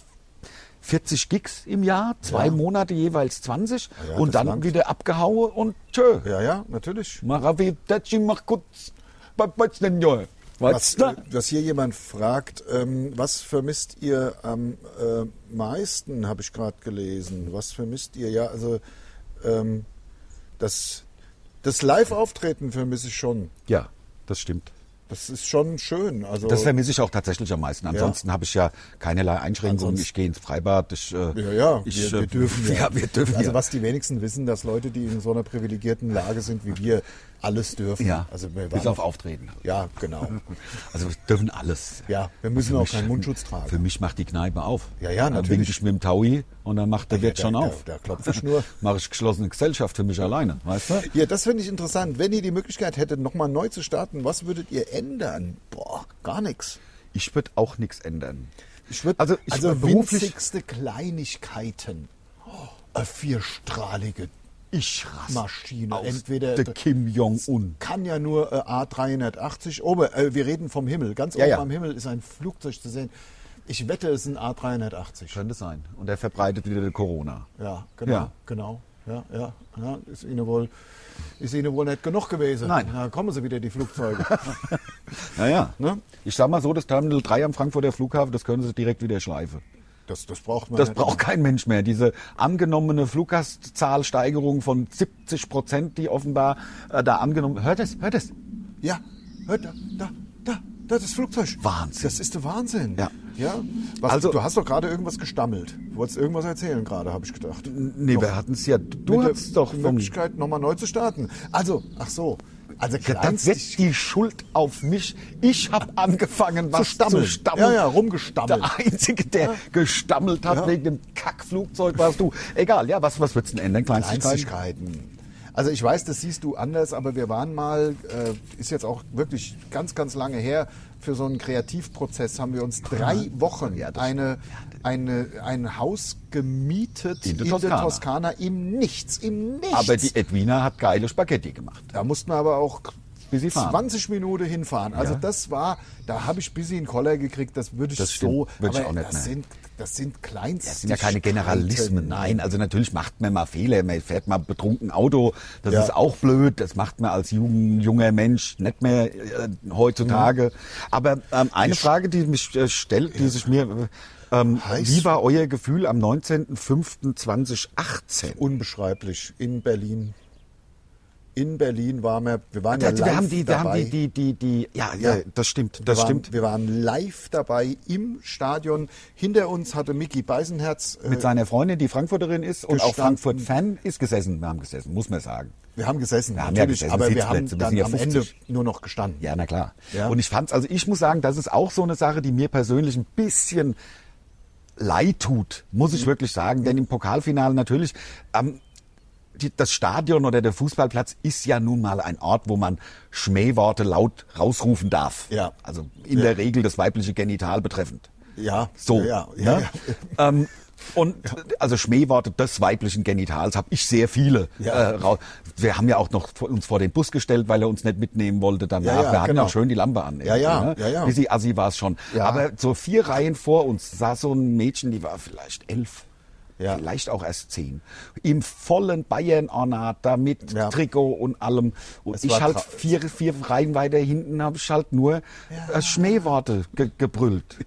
[SPEAKER 2] 40 Gigs im Jahr, zwei Monate jeweils 20
[SPEAKER 1] Ja, das
[SPEAKER 2] und dann
[SPEAKER 1] langt.
[SPEAKER 2] wieder abgehauen und tschö.
[SPEAKER 1] Ja, ja, natürlich.
[SPEAKER 2] Maravidachi mach kurz. Was weiß denn, ja?
[SPEAKER 1] Was,
[SPEAKER 2] Was?
[SPEAKER 1] äh, was hier jemand fragt, ähm, was vermisst ihr am äh, meisten, habe ich gerade gelesen. Was vermisst ihr? Ja, also ähm, das, das Live-Auftreten vermisse ich schon.
[SPEAKER 2] Ja, das stimmt.
[SPEAKER 1] Das ist schon schön. Also,
[SPEAKER 2] Das vermisse ich auch tatsächlich am meisten. Ansonsten habe ich ja keinerlei Einschränkungen.
[SPEAKER 1] Ansonsten-
[SPEAKER 2] Ich gehe ins Freibad. Ich, äh,
[SPEAKER 1] ja, ja,
[SPEAKER 2] ich,
[SPEAKER 1] wir,
[SPEAKER 2] äh,
[SPEAKER 1] wir dürfen
[SPEAKER 2] ja. wir dürfen
[SPEAKER 1] Also
[SPEAKER 2] ja.
[SPEAKER 1] was die wenigsten wissen, dass Leute, die in so einer privilegierten Lage sind wie wir, alles dürfen.
[SPEAKER 2] Ja,
[SPEAKER 1] also wir
[SPEAKER 2] bis
[SPEAKER 1] waren
[SPEAKER 2] auf Auftreten.
[SPEAKER 1] Ja, genau.
[SPEAKER 2] Also wir dürfen alles. Also,
[SPEAKER 1] Ja, wir müssen
[SPEAKER 2] Für
[SPEAKER 1] auch
[SPEAKER 2] mich-
[SPEAKER 1] keinen Mundschutz tragen.
[SPEAKER 2] Für mich macht die Kneipe auf.
[SPEAKER 1] Ja, ja,
[SPEAKER 2] Dann
[SPEAKER 1] natürlich.
[SPEAKER 2] winke ich mit dem Taui und dann macht der Wirt
[SPEAKER 1] da-
[SPEAKER 2] schon
[SPEAKER 1] da-
[SPEAKER 2] auf.
[SPEAKER 1] da klopfe ich nur.
[SPEAKER 2] Mache ich geschlossene Gesellschaft für mich alleine, weißt du?
[SPEAKER 1] Ja, das finde ich interessant. Wenn ihr die Möglichkeit hättet, nochmal neu zu starten, was würdet ihr ändern? Boah, gar nichts.
[SPEAKER 2] Ich würde auch nichts ändern.
[SPEAKER 1] Ich würd,
[SPEAKER 2] Also ich-
[SPEAKER 1] also
[SPEAKER 2] beruflich-
[SPEAKER 1] winzigste Kleinigkeiten. Oh, eine vierstrahlige
[SPEAKER 2] Ich raste
[SPEAKER 1] Maschine.
[SPEAKER 2] aus.
[SPEAKER 1] Entweder
[SPEAKER 2] der Kim Jong-un.
[SPEAKER 1] kann ja nur äh, A380. Ober, äh, wir reden vom Himmel. Ganz
[SPEAKER 2] Ja,
[SPEAKER 1] oben
[SPEAKER 2] ja.
[SPEAKER 1] am Himmel ist ein Flugzeug zu sehen. Ich wette, es ist ein A380.
[SPEAKER 2] Könnte sein. Und er verbreitet wieder Corona.
[SPEAKER 1] Ja, genau,
[SPEAKER 2] Ja.
[SPEAKER 1] genau. Ja, ja, ja, ist Ihnen wohl, ist Ihnen wohl nicht genug gewesen.
[SPEAKER 2] Nein.
[SPEAKER 1] Da kommen Sie wieder, die Flugzeuge.
[SPEAKER 2] Naja.
[SPEAKER 1] Ne?
[SPEAKER 2] Ich sag mal so, das Terminal 3 am Frankfurter Flughafen, das können Sie direkt wieder schleifen.
[SPEAKER 1] Das, das braucht man
[SPEAKER 2] Das
[SPEAKER 1] nicht.
[SPEAKER 2] braucht kein Mensch mehr. Diese angenommene Fluggastzahlsteigerung von 70 Prozent, die offenbar äh, da angenommen. Hört es, hört es.
[SPEAKER 1] Ja, hört da, da, da, da, das Flugzeug.
[SPEAKER 2] Wahnsinn.
[SPEAKER 1] Das ist der Wahnsinn.
[SPEAKER 2] Ja.
[SPEAKER 1] ja? Was, also,
[SPEAKER 2] Also-
[SPEAKER 1] du hast doch gerade irgendwas gestammelt. Du wolltest irgendwas erzählen gerade, habe ich gedacht.
[SPEAKER 2] Nee, wir hatten es ja. Du
[SPEAKER 1] Mit
[SPEAKER 2] hattest doch
[SPEAKER 1] die
[SPEAKER 2] vom.
[SPEAKER 1] Möglichkeit, nochmal neu zu starten. Also, ach so. Also
[SPEAKER 2] Ja, dann
[SPEAKER 1] kleinst,
[SPEAKER 2] setzt die Schuld auf mich. Ich habe angefangen, was zu
[SPEAKER 1] stammeln.
[SPEAKER 2] stammeln.
[SPEAKER 1] Ja, ja, rumgestammelt.
[SPEAKER 2] Der Einzige, der gestammelt hat wegen dem Kackflugzeug, warst du. Egal, ja, was, was würdest du denn ändern? Kleinstigkeiten?
[SPEAKER 1] Kleinigkeiten. Also ich weiß, das siehst du anders, aber wir waren mal, äh, ist jetzt auch wirklich ganz, ganz lange her, für so einen Kreativprozess haben wir uns drei Wochen eine, eine, ein Haus gemietet
[SPEAKER 2] In der
[SPEAKER 1] der
[SPEAKER 2] Toskana.
[SPEAKER 1] Toskana im Nichts, im Nichts.
[SPEAKER 2] Aber die Edwina hat geile Spaghetti gemacht.
[SPEAKER 1] Da mussten wir aber auch
[SPEAKER 2] Bis sie fahren.
[SPEAKER 1] 20 Minuten hinfahren. Also das war, da habe ich bis in Koller gekriegt, das würde ich
[SPEAKER 2] Das
[SPEAKER 1] so,
[SPEAKER 2] stimmt, würde ich
[SPEAKER 1] aber
[SPEAKER 2] auch nicht
[SPEAKER 1] das
[SPEAKER 2] mehr.
[SPEAKER 1] sind das sind kleinste
[SPEAKER 2] Das sind ja keine Generalismen, nein. Also natürlich macht man mal Fehler, man fährt mal betrunken Auto, das
[SPEAKER 1] Ja.
[SPEAKER 2] ist auch blöd, das macht man als jung, junger Mensch nicht mehr äh, heutzutage. Aber ähm, eine Frage, die mich äh, stellt, die sich mir, äh, ähm,
[SPEAKER 1] Heiß.
[SPEAKER 2] wie war euer Gefühl am 19.05.2018?
[SPEAKER 1] Oh, unbeschreiblich in Berlin. In Berlin waren wir, wir waren ja
[SPEAKER 2] Also
[SPEAKER 1] live
[SPEAKER 2] wir haben die, wir
[SPEAKER 1] dabei.
[SPEAKER 2] haben die, die, die, die, ja, ja,
[SPEAKER 1] Ja.
[SPEAKER 2] das stimmt,
[SPEAKER 1] wir
[SPEAKER 2] das
[SPEAKER 1] waren,
[SPEAKER 2] stimmt.
[SPEAKER 1] Wir waren live dabei im Stadion. Hinter uns hatte Mickey Beisenherz. äh,
[SPEAKER 2] Mit seiner Freundin, die Frankfurterin ist und auch
[SPEAKER 1] gestanden.
[SPEAKER 2] Frankfurt-Fan ist gesessen, wir haben gesessen, muss man sagen.
[SPEAKER 1] wir haben gesessen,
[SPEAKER 2] Wir haben ja
[SPEAKER 1] natürlich,
[SPEAKER 2] gesessen,
[SPEAKER 1] aber wir
[SPEAKER 2] Sitzplätze,
[SPEAKER 1] haben
[SPEAKER 2] wir sind
[SPEAKER 1] dann
[SPEAKER 2] ja
[SPEAKER 1] am
[SPEAKER 2] 50.
[SPEAKER 1] Ende nur noch gestanden.
[SPEAKER 2] Ja, na klar.
[SPEAKER 1] Ja.
[SPEAKER 2] Und ich fand's, also ich muss sagen, das ist auch so eine Sache, die mir persönlich ein bisschen leid tut, muss
[SPEAKER 1] Mhm.
[SPEAKER 2] ich wirklich sagen. Denn im Pokalfinale natürlich, ähm, die, das Stadion oder der Fußballplatz ist ja nun mal ein Ort, wo man Schmähworte laut rausrufen darf.
[SPEAKER 1] Ja.
[SPEAKER 2] Also in der Regel das weibliche Genital betreffend.
[SPEAKER 1] Ja,
[SPEAKER 2] So.
[SPEAKER 1] Ja, ja,
[SPEAKER 2] ne?
[SPEAKER 1] ja.
[SPEAKER 2] Ähm, und äh, also Schmähworte des weiblichen Genitals habe ich sehr viele.
[SPEAKER 1] Ja.
[SPEAKER 2] Äh, rau- wir haben ja auch noch vor- uns vor den Bus gestellt, weil er uns nicht mitnehmen wollte danach.
[SPEAKER 1] Ja, ja,
[SPEAKER 2] wir hatten
[SPEAKER 1] genau.
[SPEAKER 2] auch schön die Lampe an.
[SPEAKER 1] Ja, ja,
[SPEAKER 2] irgendwie, ne?
[SPEAKER 1] ja, ja.
[SPEAKER 2] Bisschen assi war es ah, schon.
[SPEAKER 1] Ja.
[SPEAKER 2] Aber so vier Reihen vor uns saß so ein Mädchen, die war vielleicht elf.
[SPEAKER 1] Ja.
[SPEAKER 2] Vielleicht auch erst zehn. Im vollen Bayern-Ornat, da mit
[SPEAKER 1] Ja.
[SPEAKER 2] Trikot und allem. Und
[SPEAKER 1] Es war
[SPEAKER 2] ich halt
[SPEAKER 1] trau-
[SPEAKER 2] vier, vier Reihen weiter hinten habe ich halt nur äh, Schmähworte ge gebrüllt.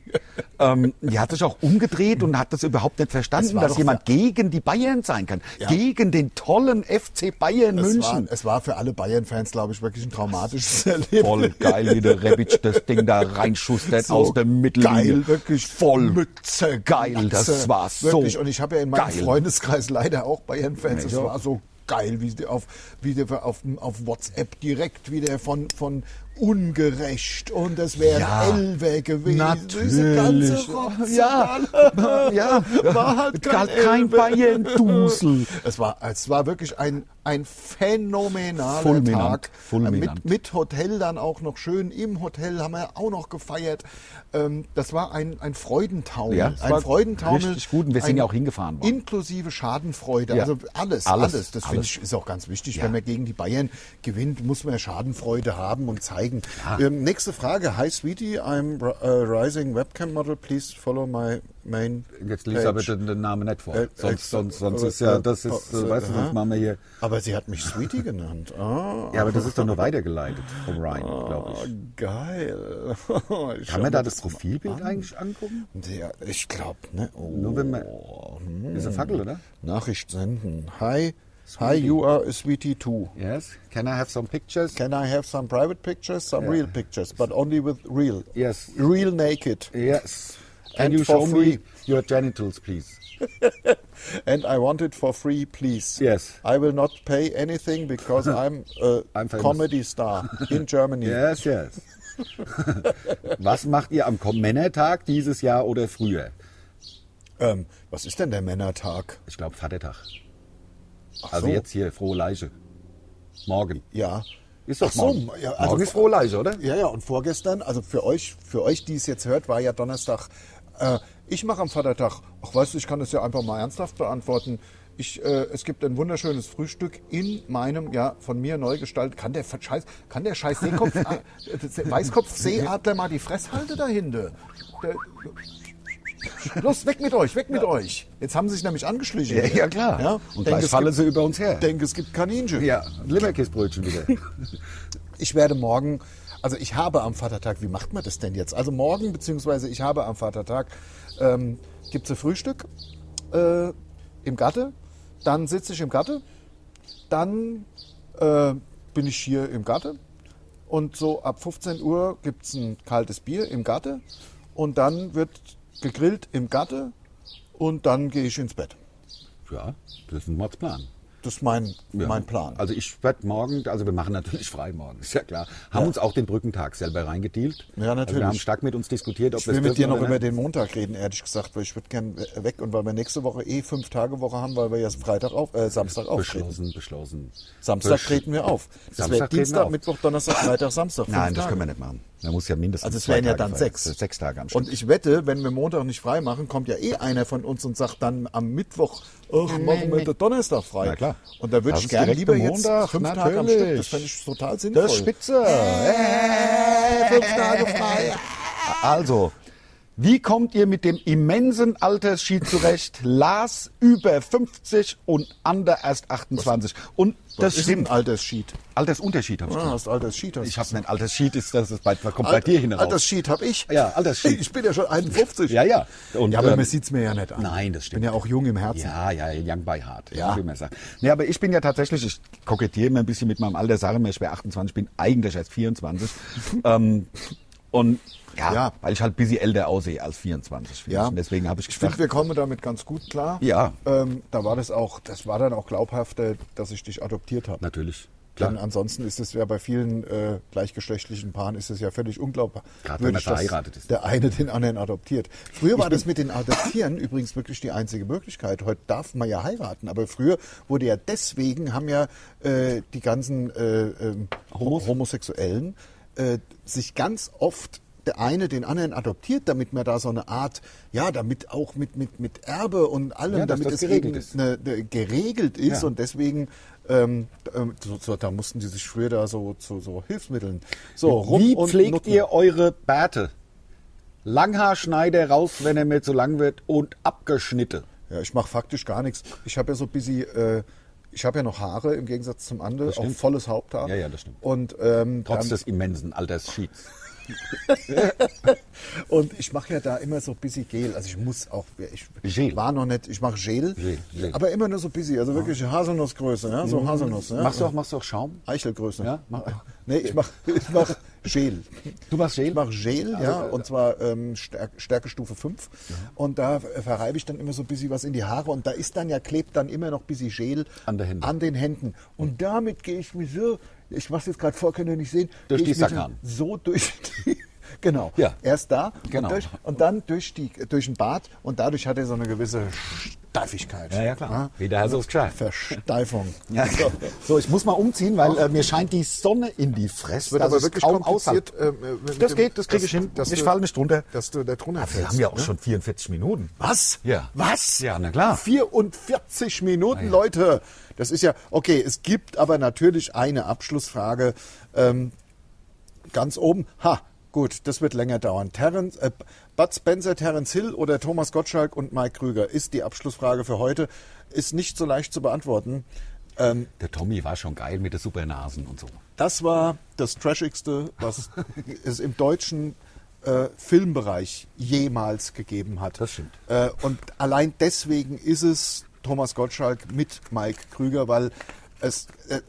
[SPEAKER 2] ähm, die hat sich auch umgedreht und hat das überhaupt nicht
[SPEAKER 1] Es
[SPEAKER 2] verstanden,
[SPEAKER 1] war
[SPEAKER 2] dass
[SPEAKER 1] doch
[SPEAKER 2] jemand gegen die Bayern sein kann. Gegen den tollen FC Bayern
[SPEAKER 1] Es war,
[SPEAKER 2] München.
[SPEAKER 1] es war für alle Bayern-Fans, glaube ich, wirklich ein traumatisches Erlebnis.
[SPEAKER 2] Voll geil, wie der Rebic das Ding da reinschustert
[SPEAKER 1] So
[SPEAKER 2] aus der Mittellinie.
[SPEAKER 1] Geil, wirklich.
[SPEAKER 2] Voll
[SPEAKER 1] Mütze,
[SPEAKER 2] geil,
[SPEAKER 1] Glatze.
[SPEAKER 2] das war so.
[SPEAKER 1] Wirklich. Und ich habe ja in meinem
[SPEAKER 2] Geil.
[SPEAKER 1] Freundeskreis leider auch Bayern-Fans. Es
[SPEAKER 2] Ja.
[SPEAKER 1] war so geil, wie der auf, wie der auf, auf WhatsApp direkt wieder von, von ungerecht und es wären
[SPEAKER 2] Ja.
[SPEAKER 1] Elfer gewesen. Diese
[SPEAKER 2] Natürlich.
[SPEAKER 1] ganze Rotze
[SPEAKER 2] Ja. ja,
[SPEAKER 1] war halt kein,
[SPEAKER 2] Gar kein
[SPEAKER 1] Elfer.
[SPEAKER 2] Bayern-Dusel.
[SPEAKER 1] Es war, es war wirklich ein, ein phänomenaler
[SPEAKER 2] Fulminant,
[SPEAKER 1] Tag. Äh,
[SPEAKER 2] fulminant.
[SPEAKER 1] Mit, mit Hotel dann auch noch schön. Im Hotel haben wir auch noch gefeiert. Ähm, das war ein, ein Freudentaumel.
[SPEAKER 2] Ja, es
[SPEAKER 1] ein
[SPEAKER 2] war
[SPEAKER 1] Freudentaumel.
[SPEAKER 2] richtig gut und wir sind
[SPEAKER 1] ein-
[SPEAKER 2] ja auch hingefahren worden.
[SPEAKER 1] Inklusive Schadenfreude.
[SPEAKER 2] Ja.
[SPEAKER 1] Also alles, alles.
[SPEAKER 2] Alles,
[SPEAKER 1] Das finde
[SPEAKER 2] alles.
[SPEAKER 1] ich ist auch ganz wichtig.
[SPEAKER 2] Ja.
[SPEAKER 1] Wenn man gegen die Bayern gewinnt, muss man ja Schadenfreude haben und zeigen. Ähm, nächste Frage. Hi, Sweetie. I'm a rising webcam model. Please follow my main
[SPEAKER 4] Jetzt liest aber
[SPEAKER 1] page.
[SPEAKER 4] den, den Namen nicht vor.
[SPEAKER 1] Äh,
[SPEAKER 4] sonst,
[SPEAKER 1] äh,
[SPEAKER 4] sonst, sonst
[SPEAKER 1] äh,
[SPEAKER 4] ist ja,
[SPEAKER 1] äh,
[SPEAKER 4] das ist,
[SPEAKER 1] äh,
[SPEAKER 4] äh, weißt du,
[SPEAKER 1] aha.
[SPEAKER 4] sonst machen wir hier.
[SPEAKER 1] Aber sie hat mich Sweetie genannt. Ah,
[SPEAKER 4] Ja, aber das ist doch nur weitergeleitet vom Ryan, glaube ich.
[SPEAKER 1] geil. Ich schau
[SPEAKER 4] Kann
[SPEAKER 1] mir
[SPEAKER 4] man da das Profilbild eigentlich angucken?
[SPEAKER 1] Ja, ich glaube, ne? Oh.
[SPEAKER 4] Nur wenn man.
[SPEAKER 1] Hm.
[SPEAKER 4] Ist eine Fackel, oder?
[SPEAKER 1] Nachricht senden. Hi, hi, you are a sweetie too.
[SPEAKER 4] Yes. Can I have some pictures?
[SPEAKER 1] Can I have some private pictures? Some
[SPEAKER 4] Ja.
[SPEAKER 1] real pictures, but only with real.
[SPEAKER 4] Yes.
[SPEAKER 1] Real naked.
[SPEAKER 4] Yes. Can
[SPEAKER 1] And
[SPEAKER 4] you
[SPEAKER 1] for
[SPEAKER 4] show
[SPEAKER 1] free.
[SPEAKER 4] me your genitals, please?
[SPEAKER 1] And I want it for free, please.
[SPEAKER 4] Yes.
[SPEAKER 1] I will not pay anything because I'm a
[SPEAKER 4] I'm famous.
[SPEAKER 1] comedy star in Germany.
[SPEAKER 4] Yes, yes. Was macht ihr am Kom- Männertag dieses Jahr oder früher?
[SPEAKER 1] Ähm, was ist denn der Männertag?
[SPEAKER 4] Ich glaube Vatertag.
[SPEAKER 1] Ach
[SPEAKER 4] Also
[SPEAKER 1] so.
[SPEAKER 4] jetzt hier frohe Leiche. Morgen.
[SPEAKER 1] Ja.
[SPEAKER 4] Ist doch
[SPEAKER 1] Ach so,
[SPEAKER 4] morgen.
[SPEAKER 1] ja, also-
[SPEAKER 4] morgen ist frohe Leiche, oder?
[SPEAKER 1] Ja, ja, und vorgestern, also für euch, für euch, die es jetzt hört, war ja Donnerstag. Äh, ich mache am Vatertag, ach weißt du, ich kann das ja einfach mal ernsthaft beantworten. Ich, äh, es gibt ein wunderschönes Frühstück in meinem, ja, von mir neu gestaltet. Kann der Ver- Scheiß, kann der Scheiß Seekopf, äh, Se- Weißkopf-Seeadler mal die Fresshalte dahinter? Der, Los, weg mit euch, weg mit euch. Jetzt haben sie sich nämlich angeschlichen.
[SPEAKER 2] Ja, ja, klar.
[SPEAKER 1] Ja,
[SPEAKER 2] Und
[SPEAKER 1] denke,
[SPEAKER 2] gleich
[SPEAKER 1] es
[SPEAKER 2] fallen
[SPEAKER 1] gibt-
[SPEAKER 2] sie über uns her.
[SPEAKER 1] denke, es gibt Kaninchen.
[SPEAKER 4] Ja, Leberkäsebrötchen wieder.
[SPEAKER 1] Ich werde morgen, also ich habe am Vatertag, wie macht man das denn jetzt? Also morgen, beziehungsweise ich habe am Vatertag, ähm, gibt es ein Frühstück äh, im Gatte, dann sitze ich im Gatte, dann äh, bin ich hier im Gatte und so ab 15 Uhr gibt es ein kaltes Bier im Gatte und dann wird gegrillt im Gatte und dann gehe ich ins Bett.
[SPEAKER 4] ja, das ist ein Mordsplan.
[SPEAKER 1] Das ist mein,
[SPEAKER 4] Ja.
[SPEAKER 1] mein Plan.
[SPEAKER 4] Also ich werde morgen, also wir machen natürlich frei morgen, ist ja klar. Haben uns auch den Brückentag selber reingedealt.
[SPEAKER 1] Ja,
[SPEAKER 4] Also
[SPEAKER 1] natürlich.
[SPEAKER 4] wir haben stark mit uns diskutiert, ob
[SPEAKER 1] Ich
[SPEAKER 4] wir
[SPEAKER 1] will
[SPEAKER 4] es
[SPEAKER 1] mit dir
[SPEAKER 4] dürfen
[SPEAKER 1] noch
[SPEAKER 4] oder
[SPEAKER 2] ne?
[SPEAKER 1] über
[SPEAKER 4] nicht.
[SPEAKER 1] den Montag reden, ehrlich gesagt, weil ich würde gern äh, weg und weil wir nächste Woche eh fünf Tage Woche haben, weil wir ja Freitag auf, äh, Samstag auftreten.
[SPEAKER 4] beschlossen, beschlossen.
[SPEAKER 1] Samstag
[SPEAKER 4] Besch-
[SPEAKER 1] treten wir auf. Das
[SPEAKER 4] Samstag
[SPEAKER 1] wäre
[SPEAKER 4] treten wir
[SPEAKER 1] Dienstag,
[SPEAKER 4] auf.
[SPEAKER 1] Mittwoch, Donnerstag, Freitag, Samstag. fünf
[SPEAKER 2] Nein, das
[SPEAKER 1] Tage.
[SPEAKER 2] können wir nicht machen.
[SPEAKER 4] Man muss ja mindestens
[SPEAKER 1] Also es
[SPEAKER 4] zwei
[SPEAKER 1] wären ja
[SPEAKER 4] Tage
[SPEAKER 1] dann
[SPEAKER 4] frei-
[SPEAKER 1] sechs.
[SPEAKER 2] Äh, Sechs Tage am Stück.
[SPEAKER 1] Und ich wette, wenn wir Montag nicht frei machen, kommt ja eh einer von uns und sagt dann am Mittwoch, ach, machen wir den Donnerstag frei.
[SPEAKER 2] Na klar.
[SPEAKER 1] Und da würde
[SPEAKER 2] Das
[SPEAKER 1] ich
[SPEAKER 2] ist
[SPEAKER 1] gerne
[SPEAKER 2] direkt
[SPEAKER 1] lieber
[SPEAKER 2] am
[SPEAKER 1] jetzt
[SPEAKER 2] Montag,
[SPEAKER 1] fünf Tage am Stück. Das
[SPEAKER 2] natürlich.
[SPEAKER 1] fände ich total sinnvoll.
[SPEAKER 2] Das ist Spitze.
[SPEAKER 1] Äh, fünf Tage frei.
[SPEAKER 2] Also, wie kommt ihr mit dem immensen Altersschied zurecht? Lars über 50 und Ander erst 28. Und das
[SPEAKER 1] ist
[SPEAKER 2] stimmt.
[SPEAKER 1] ein Altersschied.
[SPEAKER 2] Altersunterschied habe ich
[SPEAKER 1] Ah,
[SPEAKER 2] gesagt.
[SPEAKER 1] das Altersschied. hast
[SPEAKER 2] Ich
[SPEAKER 1] du
[SPEAKER 2] habe einen Altersschied, ist das ist bei, kommt bei
[SPEAKER 1] Alt-
[SPEAKER 2] dir hinaus.
[SPEAKER 1] Altersschied habe ich.
[SPEAKER 4] Ja, Altersschied.
[SPEAKER 1] Ich bin ja schon 51.
[SPEAKER 4] Ja, ja. Und,
[SPEAKER 1] ja, aber
[SPEAKER 4] ähm,
[SPEAKER 1] man sieht es mir ja nicht an.
[SPEAKER 4] Nein, das stimmt.
[SPEAKER 1] bin ja auch jung im Herzen.
[SPEAKER 4] Ja, ja, Young by Heart.
[SPEAKER 1] Ja.
[SPEAKER 4] Wie man sagt.
[SPEAKER 2] Nee, aber ich bin ja tatsächlich, ich kokettiere immer ein bisschen mit meinem Alter, sage mir, ich wäre 28, bin eigentlich erst 24. ähm, und ja,
[SPEAKER 1] Ja.
[SPEAKER 2] weil ich halt ein bisschen älter aussehe als 24. finde
[SPEAKER 1] Ja.
[SPEAKER 2] ich. Und deswegen habe ich
[SPEAKER 1] Ich
[SPEAKER 2] gedacht,
[SPEAKER 1] finde, wir kommen damit ganz gut klar.
[SPEAKER 2] Ja.
[SPEAKER 1] Ähm, da war das auch, das war dann auch glaubhafter, dass ich dich adoptiert habe.
[SPEAKER 4] Natürlich.
[SPEAKER 1] Denn
[SPEAKER 4] Klar.
[SPEAKER 1] ansonsten ist es ja bei vielen äh, gleichgeschlechtlichen Paaren ist es ja völlig unglaublich.
[SPEAKER 4] Gerade wenn man verheiratet ist.
[SPEAKER 1] Der eine den anderen adoptiert. Früher war das mit den Adoptieren übrigens wirklich die einzige Möglichkeit. Heute darf man ja heiraten, aber früher wurde ja deswegen haben ja äh, die ganzen äh, ähm, Ho- Homosexuellen äh, sich ganz oft der eine den anderen adoptiert, damit man da so eine Art, ja, damit auch mit, mit, mit Erbe und allem,
[SPEAKER 4] Ja, dass
[SPEAKER 1] damit
[SPEAKER 4] das
[SPEAKER 1] es
[SPEAKER 4] geregelt
[SPEAKER 1] eben
[SPEAKER 4] ist.
[SPEAKER 1] eine, eine, ne, geregelt ist
[SPEAKER 4] Ja.
[SPEAKER 1] und deswegen ähm, ähm, so, so, da mussten die sich früher da so zu so, Hilfsmitteln so also, rum
[SPEAKER 4] Wie
[SPEAKER 1] und
[SPEAKER 4] pflegt
[SPEAKER 1] nutten.
[SPEAKER 4] ihr eure Bärte? Langhaarschneider raus, wenn er mir zu lang wird und abgeschnitten.
[SPEAKER 1] Ja, ich mache faktisch gar nichts. Ich habe ja so ein bisschen, äh, ich habe ja noch Haare im Gegensatz zum anderen, auch
[SPEAKER 4] stimmt.
[SPEAKER 1] volles Haupthaar.
[SPEAKER 4] Ja, ja, das stimmt.
[SPEAKER 1] Und ähm,
[SPEAKER 4] Trotz
[SPEAKER 1] dann,
[SPEAKER 4] des immensen Altersschieds.
[SPEAKER 1] und ich mache ja da immer so ein bisschen Gel. Also ich muss auch, ich
[SPEAKER 4] Gel.
[SPEAKER 1] war noch nicht, ich mache Gel,
[SPEAKER 4] Gel, Gel. Mhm.
[SPEAKER 1] aber immer nur so ein bisschen, also wirklich Haselnussgröße, ja, so Haselnuss, ja.
[SPEAKER 4] Machst du auch, machst du auch Schaum?
[SPEAKER 1] Eichelgröße.
[SPEAKER 4] Ja, mach-
[SPEAKER 1] nee, ich mach, ich mach, Gel.
[SPEAKER 2] Du machst Gel? Ah,
[SPEAKER 1] Ich mache Gel, ja, und zwar ähm, Stärke, Stärkestufe 5. Und da äh, verreibe ich dann immer so ein bisschen was in die Haare und da ist dann ja, klebt dann immer noch ein bisschen Gel
[SPEAKER 2] An der Hände. Hm.
[SPEAKER 1] den Händen. Und damit gehe ich mir so, ich mache es jetzt gerade vor, könnt ihr nicht sehen.
[SPEAKER 2] Durch
[SPEAKER 1] gehe
[SPEAKER 2] die
[SPEAKER 1] ich mir
[SPEAKER 2] Sackhaaren.
[SPEAKER 1] So durch die... Genau.
[SPEAKER 2] Ja.
[SPEAKER 1] Erst da
[SPEAKER 2] Genau.
[SPEAKER 1] und, durch, und dann durch, die, durch den Bart und dadurch hat er so eine gewisse Steifigkeit.
[SPEAKER 2] Ja, ja, klar. Wie der Hase aufs Geschäft.
[SPEAKER 1] Versteifung.
[SPEAKER 2] Ja, so. so, ich muss mal umziehen, weil äh, mir scheint die Sonne in die Fresse.
[SPEAKER 1] wird
[SPEAKER 2] dass
[SPEAKER 1] aber
[SPEAKER 2] ich's
[SPEAKER 1] wirklich
[SPEAKER 2] kaum
[SPEAKER 1] kompliziert.
[SPEAKER 2] aushalte.
[SPEAKER 1] ähm, äh, mit
[SPEAKER 2] Das
[SPEAKER 1] dem-
[SPEAKER 2] geht, das kriege
[SPEAKER 1] dass-
[SPEAKER 2] ich hin.
[SPEAKER 1] dass
[SPEAKER 2] Ich
[SPEAKER 1] du-
[SPEAKER 2] falle nicht runter.
[SPEAKER 1] Dass du da drunter
[SPEAKER 2] Wir haben ja
[SPEAKER 1] ne?
[SPEAKER 2] auch schon 44 Minuten.
[SPEAKER 1] Was?
[SPEAKER 2] Ja.
[SPEAKER 1] Was?
[SPEAKER 2] Ja, na klar.
[SPEAKER 1] 44 Minuten, Leute. Das ist ja, okay, es gibt aber natürlich eine Abschlussfrage. Ähm, ganz oben. Ha, gut, das wird länger dauern. Terrence, äh, Bud Spencer, Terence Hill oder Thomas Gottschalk und Mike Krüger ist die Abschlussfrage für heute. Ist nicht so leicht zu beantworten. Ähm,
[SPEAKER 4] Der Tommy war schon geil mit der Supernasen und so.
[SPEAKER 1] das war das Trashigste, was es im deutschen äh, Filmbereich jemals gegeben hat.
[SPEAKER 4] Das stimmt.
[SPEAKER 1] Äh, und allein deswegen ist es Thomas Gottschalk mit Mike Krüger, weil es. Äh,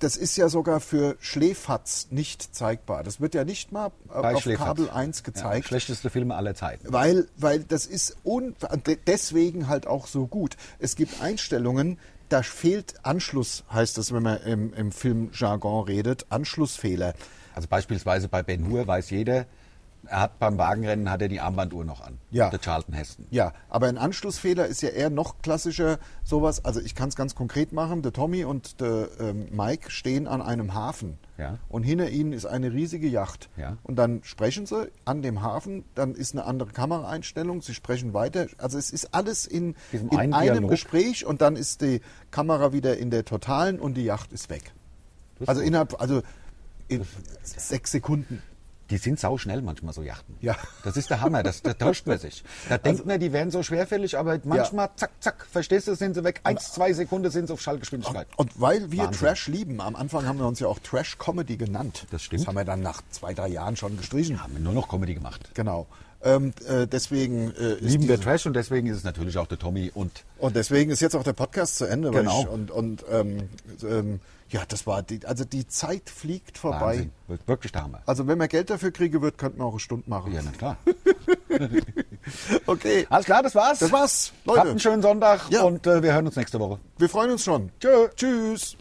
[SPEAKER 1] das ist ja sogar für Schläfatz nicht zeigbar. Das wird ja nicht mal äh,
[SPEAKER 4] Bei
[SPEAKER 1] auf
[SPEAKER 4] Schläferz.
[SPEAKER 1] Kabel 1 gezeigt.
[SPEAKER 4] Ja, schlechteste Filme aller Zeiten.
[SPEAKER 1] Weil, weil das ist un de- deswegen halt auch so gut. Es gibt Einstellungen, da fehlt Anschluss, heißt es, wenn man im, im Filmjargon redet, Anschlussfehler.
[SPEAKER 4] Also beispielsweise bei Ben Hur weiß jeder, er hat beim Wagenrennen hat er die Armbanduhr noch an.
[SPEAKER 1] Ja.
[SPEAKER 4] Der Charlton Heston.
[SPEAKER 1] Ja, aber ein Anschlussfehler ist ja eher noch klassischer sowas. Also ich kann es ganz konkret machen. Der Tommy und der ähm, Mike stehen an einem Hafen.
[SPEAKER 4] Ja.
[SPEAKER 1] Und hinter ihnen ist eine riesige Yacht.
[SPEAKER 4] Ja.
[SPEAKER 1] Und dann sprechen sie an dem Hafen, dann ist eine andere Kameraeinstellung, sie sprechen weiter. Also es ist alles in,
[SPEAKER 4] Diesem
[SPEAKER 1] in
[SPEAKER 4] einen
[SPEAKER 1] einem
[SPEAKER 4] Dialog.
[SPEAKER 1] Gespräch und dann ist die Kamera wieder in der totalen und die Yacht ist weg. also innerhalb, also in sechs Sekunden.
[SPEAKER 4] Die sind sauschnell manchmal so Yachten.
[SPEAKER 1] Ja. Also
[SPEAKER 4] Das ist der Hammer, das, da täuscht man sich. Da denkt man, die wären so schwerfällig, aber manchmal zack, zack, verstehst du, sind sie weg. Eins, zwei Sekunden sind sie auf Schallgeschwindigkeit.
[SPEAKER 1] Und weil wir
[SPEAKER 4] Wahnsinn.
[SPEAKER 1] Trash lieben, am Anfang haben wir uns ja auch Trash-Comedy genannt.
[SPEAKER 4] Das stimmt.
[SPEAKER 1] Das haben wir dann nach zwei, drei Jahren schon gestrichen.
[SPEAKER 4] Haben wir nur noch Comedy gemacht.
[SPEAKER 1] Genau. Ähm, äh, deswegen äh, ist
[SPEAKER 4] Lieben wir
[SPEAKER 1] diese-
[SPEAKER 4] Trash und deswegen ist es natürlich auch der Tommy und
[SPEAKER 1] und deswegen ist jetzt auch der Podcast zu Ende. weil
[SPEAKER 4] Genau.
[SPEAKER 1] Ich, und und ähm, ähm, ja, das war die, also die Zeit fliegt vorbei.
[SPEAKER 4] Wahnsinn. Wird Wirklich der Hammer.
[SPEAKER 1] Also wenn man Geld dafür kriege wird, könnten wir auch eine Stunde machen.
[SPEAKER 4] Ja, na klar.
[SPEAKER 1] Okay.
[SPEAKER 4] Alles klar, das war's.
[SPEAKER 1] Das war's,
[SPEAKER 4] Habt
[SPEAKER 1] Leute.
[SPEAKER 4] einen schönen Sonntag
[SPEAKER 1] Ja.
[SPEAKER 4] und äh, wir hören uns nächste Woche.
[SPEAKER 1] Wir freuen uns schon. Tschüss.